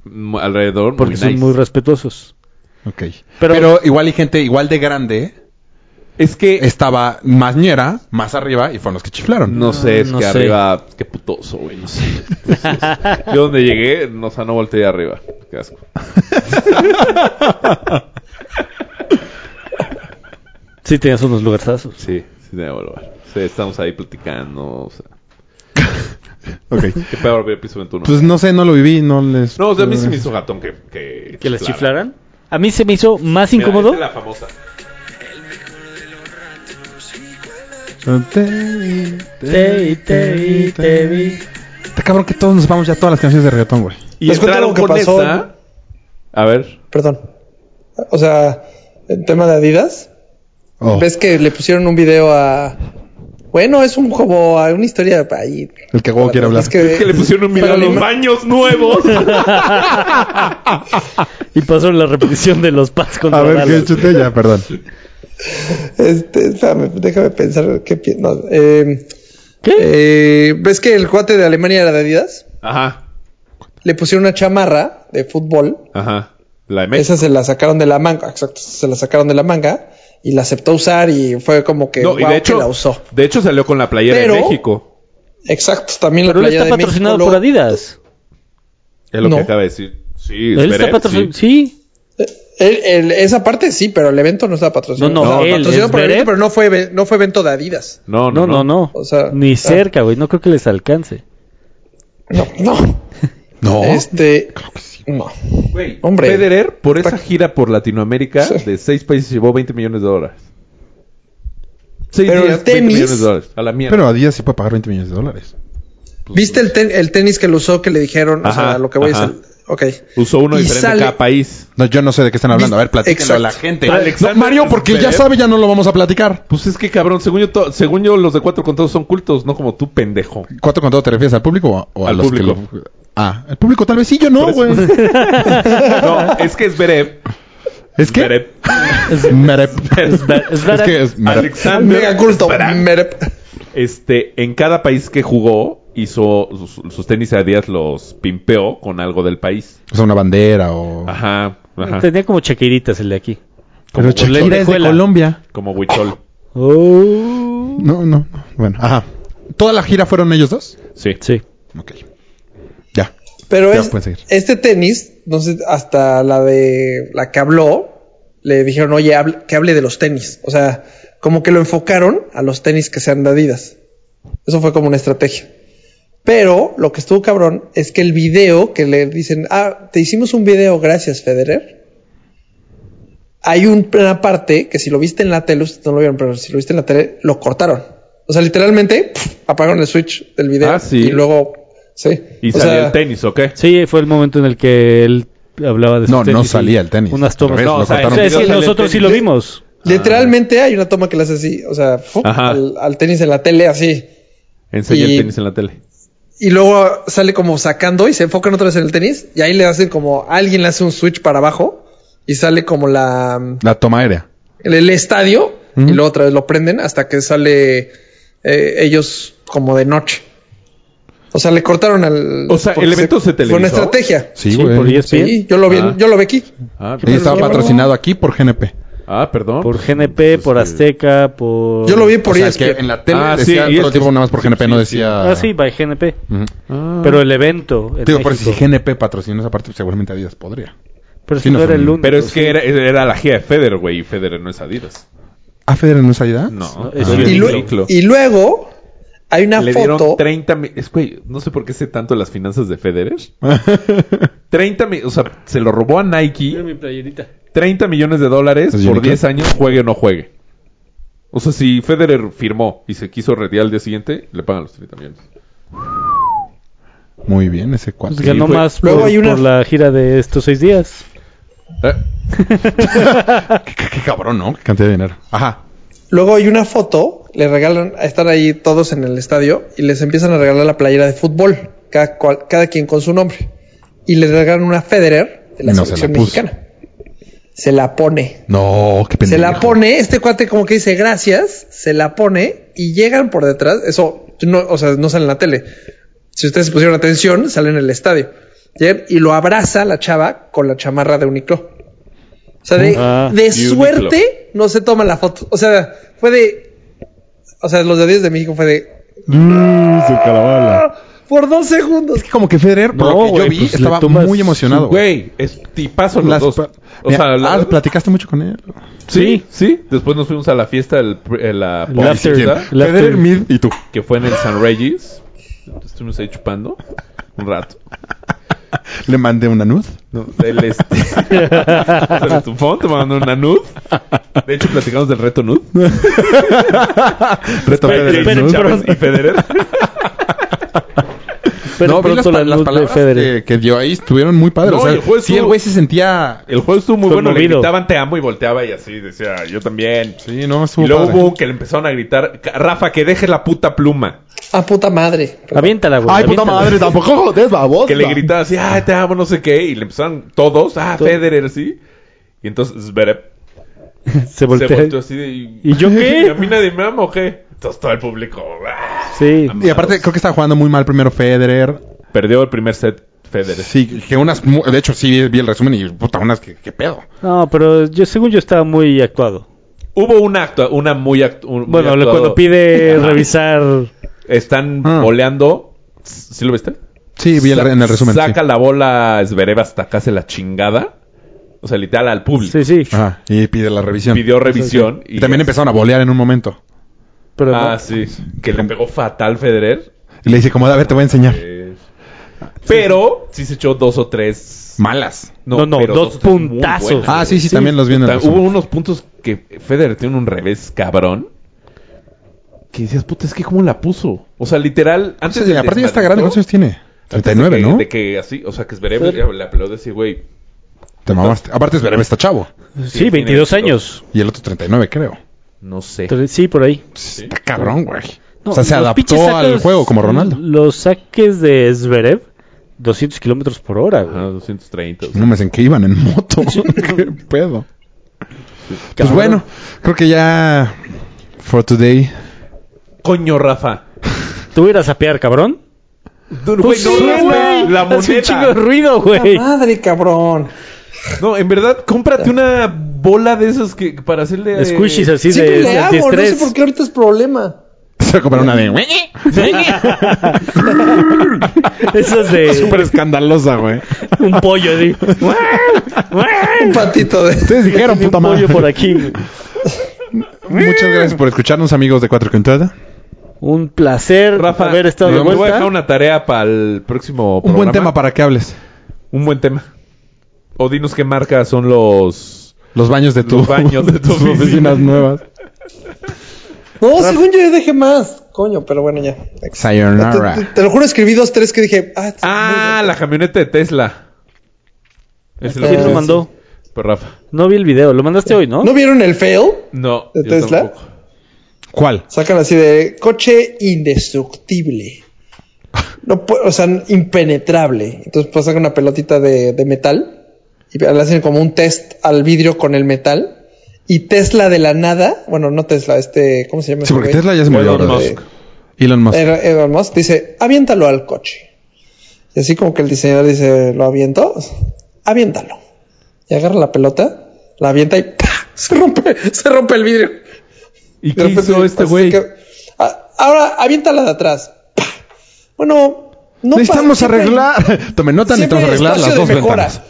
Mm, Alrededor
Porque
muy
son
nice.
muy respetuosos.
Ok.
Pero-
Pero, igual y gente igual de grande
Es que
estaba más ñera, más arriba y fueron los que chiflaron.
No sé, es
no
que
sé.
arriba, qué putoso, güey. No sé. Yo donde llegué, no, o sea, no volteé arriba. Qué asco.
Sí, tenías unos lugarzazos.
Sí, sí, de volver. Sí, estamos ahí platicando. O sea,
Ok.
qué peor ver piso 21.
Pues no sé, no lo viví, no les...
no, o sea, a mí sí me hizo gatón que. ¿Que,
¿Que les chiflaran? A mí se me hizo más
Mira,
incómodo.
esta es la famosa.
Te vi,
Te vi, te vi, te vi.
Está cabrón que todos nos vamos ya a todas las canciones de reggaetón, güey.
Y
Les cuento
entraron
lo que
con
pasó.
esa. A ver.
Perdón. O sea, el tema de Adidas.
Oh,
¿Ves que le pusieron un video a... Bueno, es un como a una historia ahí.
el que huevo quiere hablar.
Es que,
Que le pusieron un video a
Para
los
anima-
baños nuevos.
Y pasó la repetición de los pads
A
contra
ver,
Dallas.
qué chute ya, perdón.
Este, espérame, déjame pensar qué pi- no, eh,
¿Qué?
eh, ¿Ves que el cuate de Alemania era de Adidas?
Ajá,
Le pusieron una chamarra de fútbol.
ajá. La de México.
Esa se la sacaron de la manga. Exacto, se la sacaron de la manga. Y la aceptó usar y fue como que,
No, y
guau,
de
que
hecho,
la usó.
de hecho salió con la playera de
Pero-
México.
Exacto, también
Pero
la
él
playa
está
de México.
patrocinado
luego-
por Adidas.
Es lo
No.
que acaba de decir. Sí,
Él está
Beret,
patrocinado.
sí.
Sí.
El- el- esa parte sí, pero el evento no estaba patrocinado.
No, no,
Estaba
él,
patrocinado
es
por el
Beret.
evento, pero no fue, eve- no fue evento de Adidas.
No,
No, no, no.
O sea,
Ni
ah.
cerca, güey. No creo que les alcance.
No, no.
No.
Este. No.
Güey,
Hombre.
Federer, por esa gira por Latinoamérica de seis países, llevó 20 millones de dólares. Seis
Pero el tenis-
millones de dólares. A la mierda.
Pero a día sí puede pagar 20 millones de dólares.
¿Viste el, ten- el tenis que lo usó que le dijeron? o
Ajá,
sea, lo que voy
ajá.
a decir. Ok.
Usó uno
Y
diferente
sale-
a cada país.
No, yo no sé de qué están hablando. A ver, platíquenlo a la
Exacto.
gente.
Alexander
No, Mario, porque ya
Zverev.
sabe, ya no lo vamos a platicar.
Pues es que cabrón, según yo, to- según yo los de cuatro contados son cultos, no como tú, pendejo.
¿Cuánto con todo te refieres? ¿Al público o, o a
Al
los
público.
que lo... Ah, el público tal vez sí, yo no, güey.
No, es que es Zverev.
¿Es que?
Zverev.
Es merep.
Es ver- es
Es
verdad.
que es merep.
Mega
Alexander,
culto.
Zverev,
Merep.
este, en cada país que jugó, hizo sus, sus tenis a días los pimpeó con algo del país.
O sea, una bandera o...
Ajá, ajá.
Tenía como chequeritas el de aquí.
ah. Pero Shakira es de
lentejuela.
Colombia.
Como huichol.
Oh.
No, no. no. Bueno, ajá. ¿Toda la gira fueron ellos dos?
Sí.
Sí.
Ok. Ya.
Pero
Ya,
es-
pueden seguir.
este tenis, entonces, hasta la de la que habló, le dijeron, oye, hable- que hable de los tenis. O sea, como que lo enfocaron a los tenis que sean de Adidas. Eso fue como una estrategia. Pero lo que estuvo cabrón es que el video que le dicen, ah, te hicimos un video, gracias Federer. Hay un- una parte que si lo viste en la tele, ustedes no lo vieron, pero si lo viste en la tele, lo cortaron. O sea, literalmente pf, apagaron el switch del video
Ah, sí.
y luego, sí.
Y
O
salió
sea,
el tenis, ¿ok?
Sí, fue el momento en el que él hablaba de su
No, no
tenis y
salía el tenis.
Unas tomas.
Al revés,
No,
lo
o sea,
O
cortaron.
sea, es que
Sale el
nosotros sí
tenis.
lo vimos.
Literalmente hay una toma que le hace así, o sea, fu-
Ajá.
al, al tenis en la tele así.
Enseña
Y-
el tenis en la tele.
Y luego sale como sacando y se enfocan otra vez en el tenis. Y ahí le hacen como, alguien le hace un switch para abajo y sale como la,
La toma aérea.
el, el estadio.
Ujú.
Y luego otra vez lo prenden hasta que sale eh, ellos como de noche. O sea, le cortaron al.
O sea,
porque
el evento se televisó.
Fue una estrategia.
Sí,
Sí, por E
güey.
ESPN.
Sí, yo lo vi,
Ah.
yo lo vi aquí.
Ah,
Ahí estaba
Qué bueno.
patrocinado aquí por GNP.
ah, perdón.
Por GNP,
Pues,
por
eh,
Azteca, por...
Yo lo vi por
O sea,
ESPN.
que en la tele
Ah,
decía
sí, y
todo
es-
el tiempo nada más por GNP, no
sí,
decía...
Ah, sí, by GNP.
Ujú.
ah.
Pero el evento en
Digo, pero si
México.
GNP patrocinó esa parte, pues, seguramente Adidas podría.
Pero
sí
si no
nos
era el
unió.
único.
Pero es
sí.
que era, era la gira de Federer, güey, y Federer no es Adidas.
¿Ah, Federer no es Adidas?
No,
No, es
Ah.
Uniqlo.
y, lue-
Uniqlo.
y luego hay una
Le dieron
foto.
30 mil... Es, güey, no sé por qué sé tanto las finanzas de Federer. 30 mil... O sea, se lo robó a
Mira
Nike.
mi playerita.
30 millones de dólares
Pues,
¿Es
por
Uniqlo?
10 años, juegue o no juegue. O sea, si Federer firmó y se quiso retirar al día siguiente, le pagan los 30 millones.
Muy bien, ese cuatro.
Pues ganó
fue-
más
Luego
por,
hay una-
por la gira de estos seis días.
Ah,
Qué cabrón, ¿no? Qué cantidad de dinero. Ajá.
Luego hay una foto. Le regalan, están ahí todos en el estadio y les empiezan a regalar la playera de fútbol. Cada, cual- cada quien con su nombre. Y le regalan una Federer de la
No se la
selección
puso.
mexicana. Se la pone.
No, qué pendejo.
Se la pone, este cuate como que dice gracias, se la pone y llegan por detrás. Eso, no, o sea, no sale en la tele. Si ustedes se pusieron atención, sale en el estadio. Llegan y lo abraza la chava con la chamarra de Uniqlo. O sea, de,
Ah,
de
Uniqlo.
suerte no se toma la foto. O sea, fue de. O sea, los de Dios de México fue de.
Mm, su calabaza.
Por dos segundos.
Es que como que Federer, por
No,
lo que yo
güey,
vi,
pues, le
estaba
tumbas
muy emocionado, güey.
Güey, es tipazo los
Las
dos.
pa-
O
Mira,
sea, la-
ah, platicaste mucho con él.
sí, sí. Después nos fuimos a la fiesta, el, pr- eh, la
El after.
fiesta,
La-
Federer, Mid y tú.
que fue en el San Regis. Estuvimos ahí chupando un rato.
Le mandé una nud.
No, del este. Sobre tu phone, te mandó una nud. De hecho, platicamos del reto nud.
Reto
Pero-
Federer,
pero-
nud.
Chávez y Federer.
Pero
no, pero las,
pronto
pa-
la
las
luz de
palabras
Federer.
que, que dio ahí estuvieron muy padres.
No,
o sea,
y el juez
sí,
tuvo-
el güey se sentía...
El juego estuvo muy bueno. Le
Conmovido.
gritaban te amo y volteaba y así. Decía, yo también.
Sí, no, estuvo
Y luego
padre.
hubo un que le empezaron a gritar, Rafa, que deje la puta pluma.
A puta madre.
Aviéntala, güey.
Ay, puta
aviéntala.
madre, tampoco jodes, babosa.
Que le gritaba así, ah, te amo, no sé qué. Y le empezaron todos, ah, Federer, sí. Y entonces Zverev
Se voltea.
se volteó así de...
¿Y yo qué?
¿Y a mí nadie me ama o qué? Entonces todo el público... "Ah".
Sí.
Y aparte, creo que estaba jugando muy mal primero Federer.
Perdió el primer set Federer.
Sí, que unas... mu- De hecho, sí vi el resumen y puta, unas... que qué pedo?
No, pero yo según yo estaba muy actuado.
Hubo una actua, una muy, act- un- muy
Bueno, le-
actuado. Ah.
cuando pide revisar...
están
Ah.
boleando, ¿sí lo viste?
Sí, vi el,
Sa-
re- en el resumen. sí.
Saca la bola Zverev hasta acá se la chingada. O sea, literal al público.
Sí, sí.
Ajá, y pide la revisión.
Pidió revisión
y también empezaron a bolear en un momento.
Pero
Ah,
no.
sí, que le pegó fatal Federer.
Y le dice, como, a ver, te voy a enseñar.
Eh, Pero sí se echó dos o tres.
Malas.
No, no,
pero
dos
o tres muy
puntazos.
buenas,
Ah, sí,
güey.
sí, también los vi en el
Puta, Hubo
resumen.
unos puntos que Federer tiene un revés cabrón. Que decías, puta, es que cómo la puso. O sea, literal, antes
Sí,
del
aparte ya está grande,
desmadrito,
¿cuántos años tiene?
Antes
39,
de que,
¿no?
De que así, o sea, que Zverev le, le aplaude así, güey.
Te mamaste. Aparte, Zverev está chavo.
Sí, 22 años.
Y el otro 39, creo.
No sé.
Tre- Sí, por ahí.
Está cabrón, güey.
No,
o sea, se
los
adaptó
pinches
al
saques-
juego como Ronaldo.
Los saques de Zverev, 200 kilómetros por hora, güey.
Ajá, 230. o sea.
No me dicen que iban en moto. Qué pedo. Pues bueno, creo que ya... For today.
Coño, Rafa.
¿Tú hubieras a sapear, cabrón?
Güey, Pues no, Rafa, La
Pues Hace un chingo de
moneda.
ruido, güey.
Madre, cabrón.
No, en verdad, cómprate una bola de esas que para hacerle. eh,
Squishies así
Siempre
de,
le
de
Ah,
hago, no sé
antiestrés.
por qué ahorita es problema.
Se va a comprar una de...
Esas
Súper
de
escandalosa, güey.
un pollo, así.
Un patito de.
Ustedes dijeron,
un
puta madre.
pollo por aquí.
Muchas gracias por escucharnos, amigos de Cuatro Cantada.
Un placer
Rafa,
haber estado de
me voy a dejar
vuelta.
una tarea para el próximo
Un
programa.
buen tema para que hables.
Un buen tema. O dinos qué marca son los...
Los baños de tu,
Los baños de tu
tus
oficina.
oficinas nuevas.
No, según yo dejé más. Coño, pero bueno, ya. Te,
Sayonara.
te- te lo juro, escribí dos, tres que dije. Ah, está
Ah, la camioneta de Tesla. Es lo
¿Quién
Eh,
lo
sí.
mandó?
Pero Rafa.
No vi el video. Lo mandaste hoy, ¿no?
muy bien. ¿No vieron el fail?
No,
¿De
yo
Tesla?
tampoco.
¿Cuál?
Sacan así de coche indestructible. No pu- o sea, impenetrable. Entonces, pues sacan una pelotita de, de metal y le hacen como un test al vidrio con el metal. Y Tesla de la nada, bueno, no Tesla, este, ¿cómo se llama?
Sí, porque
ese güey?
Tesla ya se murió.
Elon
¿verdad?
Musk.
Elon Musk.
Elon- Elon Musk dice, aviéntalo al coche. Y así como que el diseñador dice, ¿lo aviento? Aviéntalo. Y agarra la pelota, la avienta y ¡pa! Se rompe, se rompe el vidrio.
¿Y
De
qué
repente,
hizo este
así
güey?
que, "Ah, Ahora, aviéntala de atrás. ¡Pa! Bueno, no pa-
necesitamos
siempre hay-
arreglar. Tomen nota,
siempre
necesitamos
hay
arreglar las
espacio
dos
de mejora.
ventanas.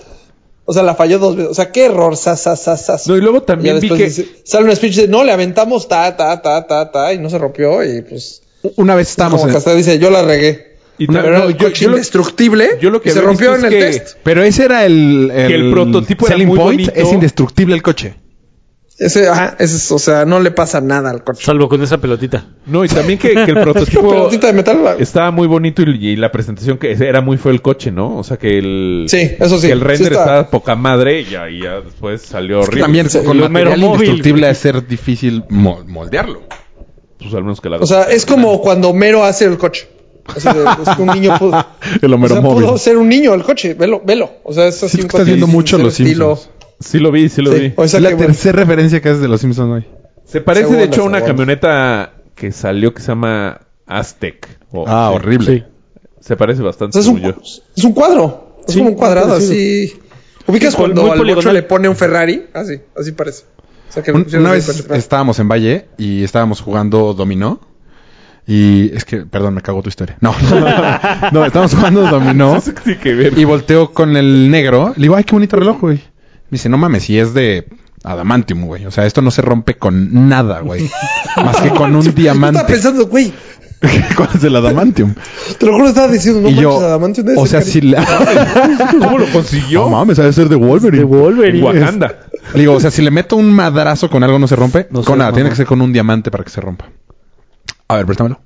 O sea, la falló dos veces. O sea, qué error, sa, sa, sa, sa.
No, y luego
Ya
también vi
después
que...
dice- sale un speech de no, le aventamos ta, ta, ta, ta, ta, y no se rompió, y pues.
Una vez estábamos
como
en.
que hasta dice, yo la regué.
Y
Pero
también-
era
no,
el
yo-
coche
yo lo-
indestructible.
yo lo que
y se
había visto
rompió en
es
el
que-
test.
Pero ese era el.
Que el prototipo era
selling
muy
point,
bonito.
Es indestructible el coche.
Ese, ajá, ese es, o sea, no le pasa nada al coche.
Salvo con esa pelotita.
No, y también que, que el prototipo
Pelotita de metal. la-
estaba muy bonito y, y la presentación que era muy feo el coche, ¿no? O sea que el...
Sí, eso sí,
Que el
sí
render
está.
estaba poca madre y ya, y ya después salió horrible.
También con
lo
material
mero móvil.
indestructible a ser difícil mo- moldearlo.
Pues al menos que la...
O sea, es como cuando Homero hace el coche. Así de, es que un niño pudo.
El
o
Homero
sea,
móvil.
pudo ser un niño el coche, velo, velo. O sea, es
Siento
así un
que estás
coche
viendo
sin
mucho
ser
los
estilo.
Simpsons.
Sí lo vi, sí lo
Sí,
vi.
o sea,
es la
que, bueno,
tercera referencia que haces de los Simpsons hoy.
Se parece
Segunda,
de hecho a una
segunda.
camioneta que salió que se llama Aztec. o-
ah,
sí.
horrible.
Sí.
Se parece
o
bastante.
sea, es,
según
un,
yo.
es un cuadro. Es
Sí,
como un cuadrado
muy
así. Ubicas
Sí, pol-
cuando
muy
al bocho
poligonal.
le pone un Ferrari. Así, así parece. O sea, que
Un-
pusieron
una
el
vez
coche, pero-
estábamos en Valle y estábamos jugando dominó. Y es que, perdón, me cagó tu historia. No, no, no, no, estábamos jugando dominó.
Sí, que ver.
Y volteo con el negro. Le digo, ay, qué bonito reloj, güey. Me dice, no mames, si es de adamantium, güey. O sea, esto no se rompe con nada, güey. Más que con un
Yo estaba
diamante.
pensando, güey,
¿Cuál es el adamantium?
te lo juro, estaba diciendo, no
y yo,
manches, Adamantium debe
o
ser
sea,
cari-
si la...
¿Cómo lo
No
consiguió?
mames, ha de ser de Wolverine.
De Wolverine.
en Wakanda.
Le digo, o sea, si le meto un madrazo con algo no se rompe,
No
con
seas
nada, tiene
mamón.
que ser con un diamante para que se rompa. A ver, préstamelo.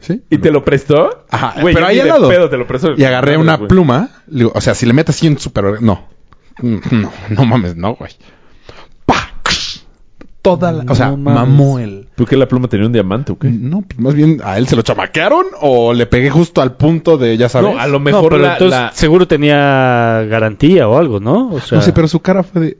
¿Sí?
¿Y te lo prestó?
Ajá,
Güey,
pero
yo
ahí
ni
al
de
lado.
pedo te lo prestó.
Y agarré
Madre,
una
güey.
pluma, le digo, o sea, si le metes 100 super no. No, no mames, no, güey. ¡Pah! Toda la, o sea,
No mames.
mamó el
¿Tú qué la pluma tenía un diamante o qué?
no, pues, más bien a él se lo chamaquearon o le pegué justo al punto de, ya sabes.
No, a lo
No,
mejor
pero
la,
entonces
la-
seguro tenía garantía o algo, ¿no? O sea,
No sé, pero su cara fue de.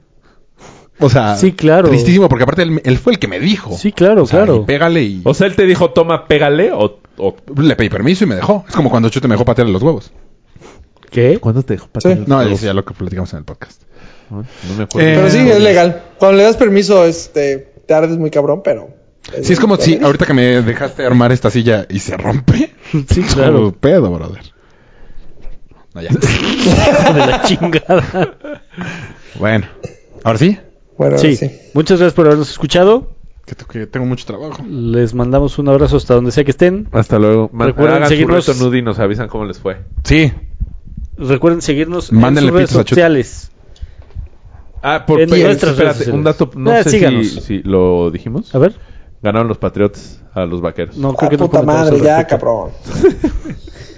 O sea,
Sí, claro.
tristísimo, porque aparte él, él fue el que me dijo.
Sí, claro,
O sea,
claro.
y pégale y.
O sea, él te dijo, toma, pégale o... o...
Le pedí permiso y me dejó. Es como cuando Chute me dejó patear los huevos.
¿Qué?
¿Cuándo te dejó
Sí.
No, eso ya lo que platicamos en el podcast.
No, me acuerdo.
Eh,
Pero sí,
Eh,
es legal. Cuando le das permiso, este, te ardes muy cabrón, pero.
Sí, es como si ahorita que me dejaste armar esta silla y se rompe.
Sí,
Es
claro.
como pedo, brother. No, ya.
Hijo de la chingada.
bueno, ahora sí.
Bueno, ahora
Sí.
sí.
Muchas gracias por habernos escuchado.
Que, te- que tengo mucho trabajo.
Les mandamos un abrazo hasta donde sea que estén.
Hasta luego.
Recuerden
Recuerden seguirnos.
seguirnos-
Su reto nude y nos avisan cómo les fue.
Sí,
Recuerden seguirnos
Mándenle
en sus redes
pitos a Chute.
sociales.
Ah, por
En
pero,
nuestras redes
espérate,
sociales.
un dato, no
Ah,
sé
síganos.
si, si lo dijimos.
A ver,
Ganaron los Patriotas a los Vaqueros.
no
Ah,
creo que no
puta
comentamos
madre,
al
ya,
respecto.
cabrón.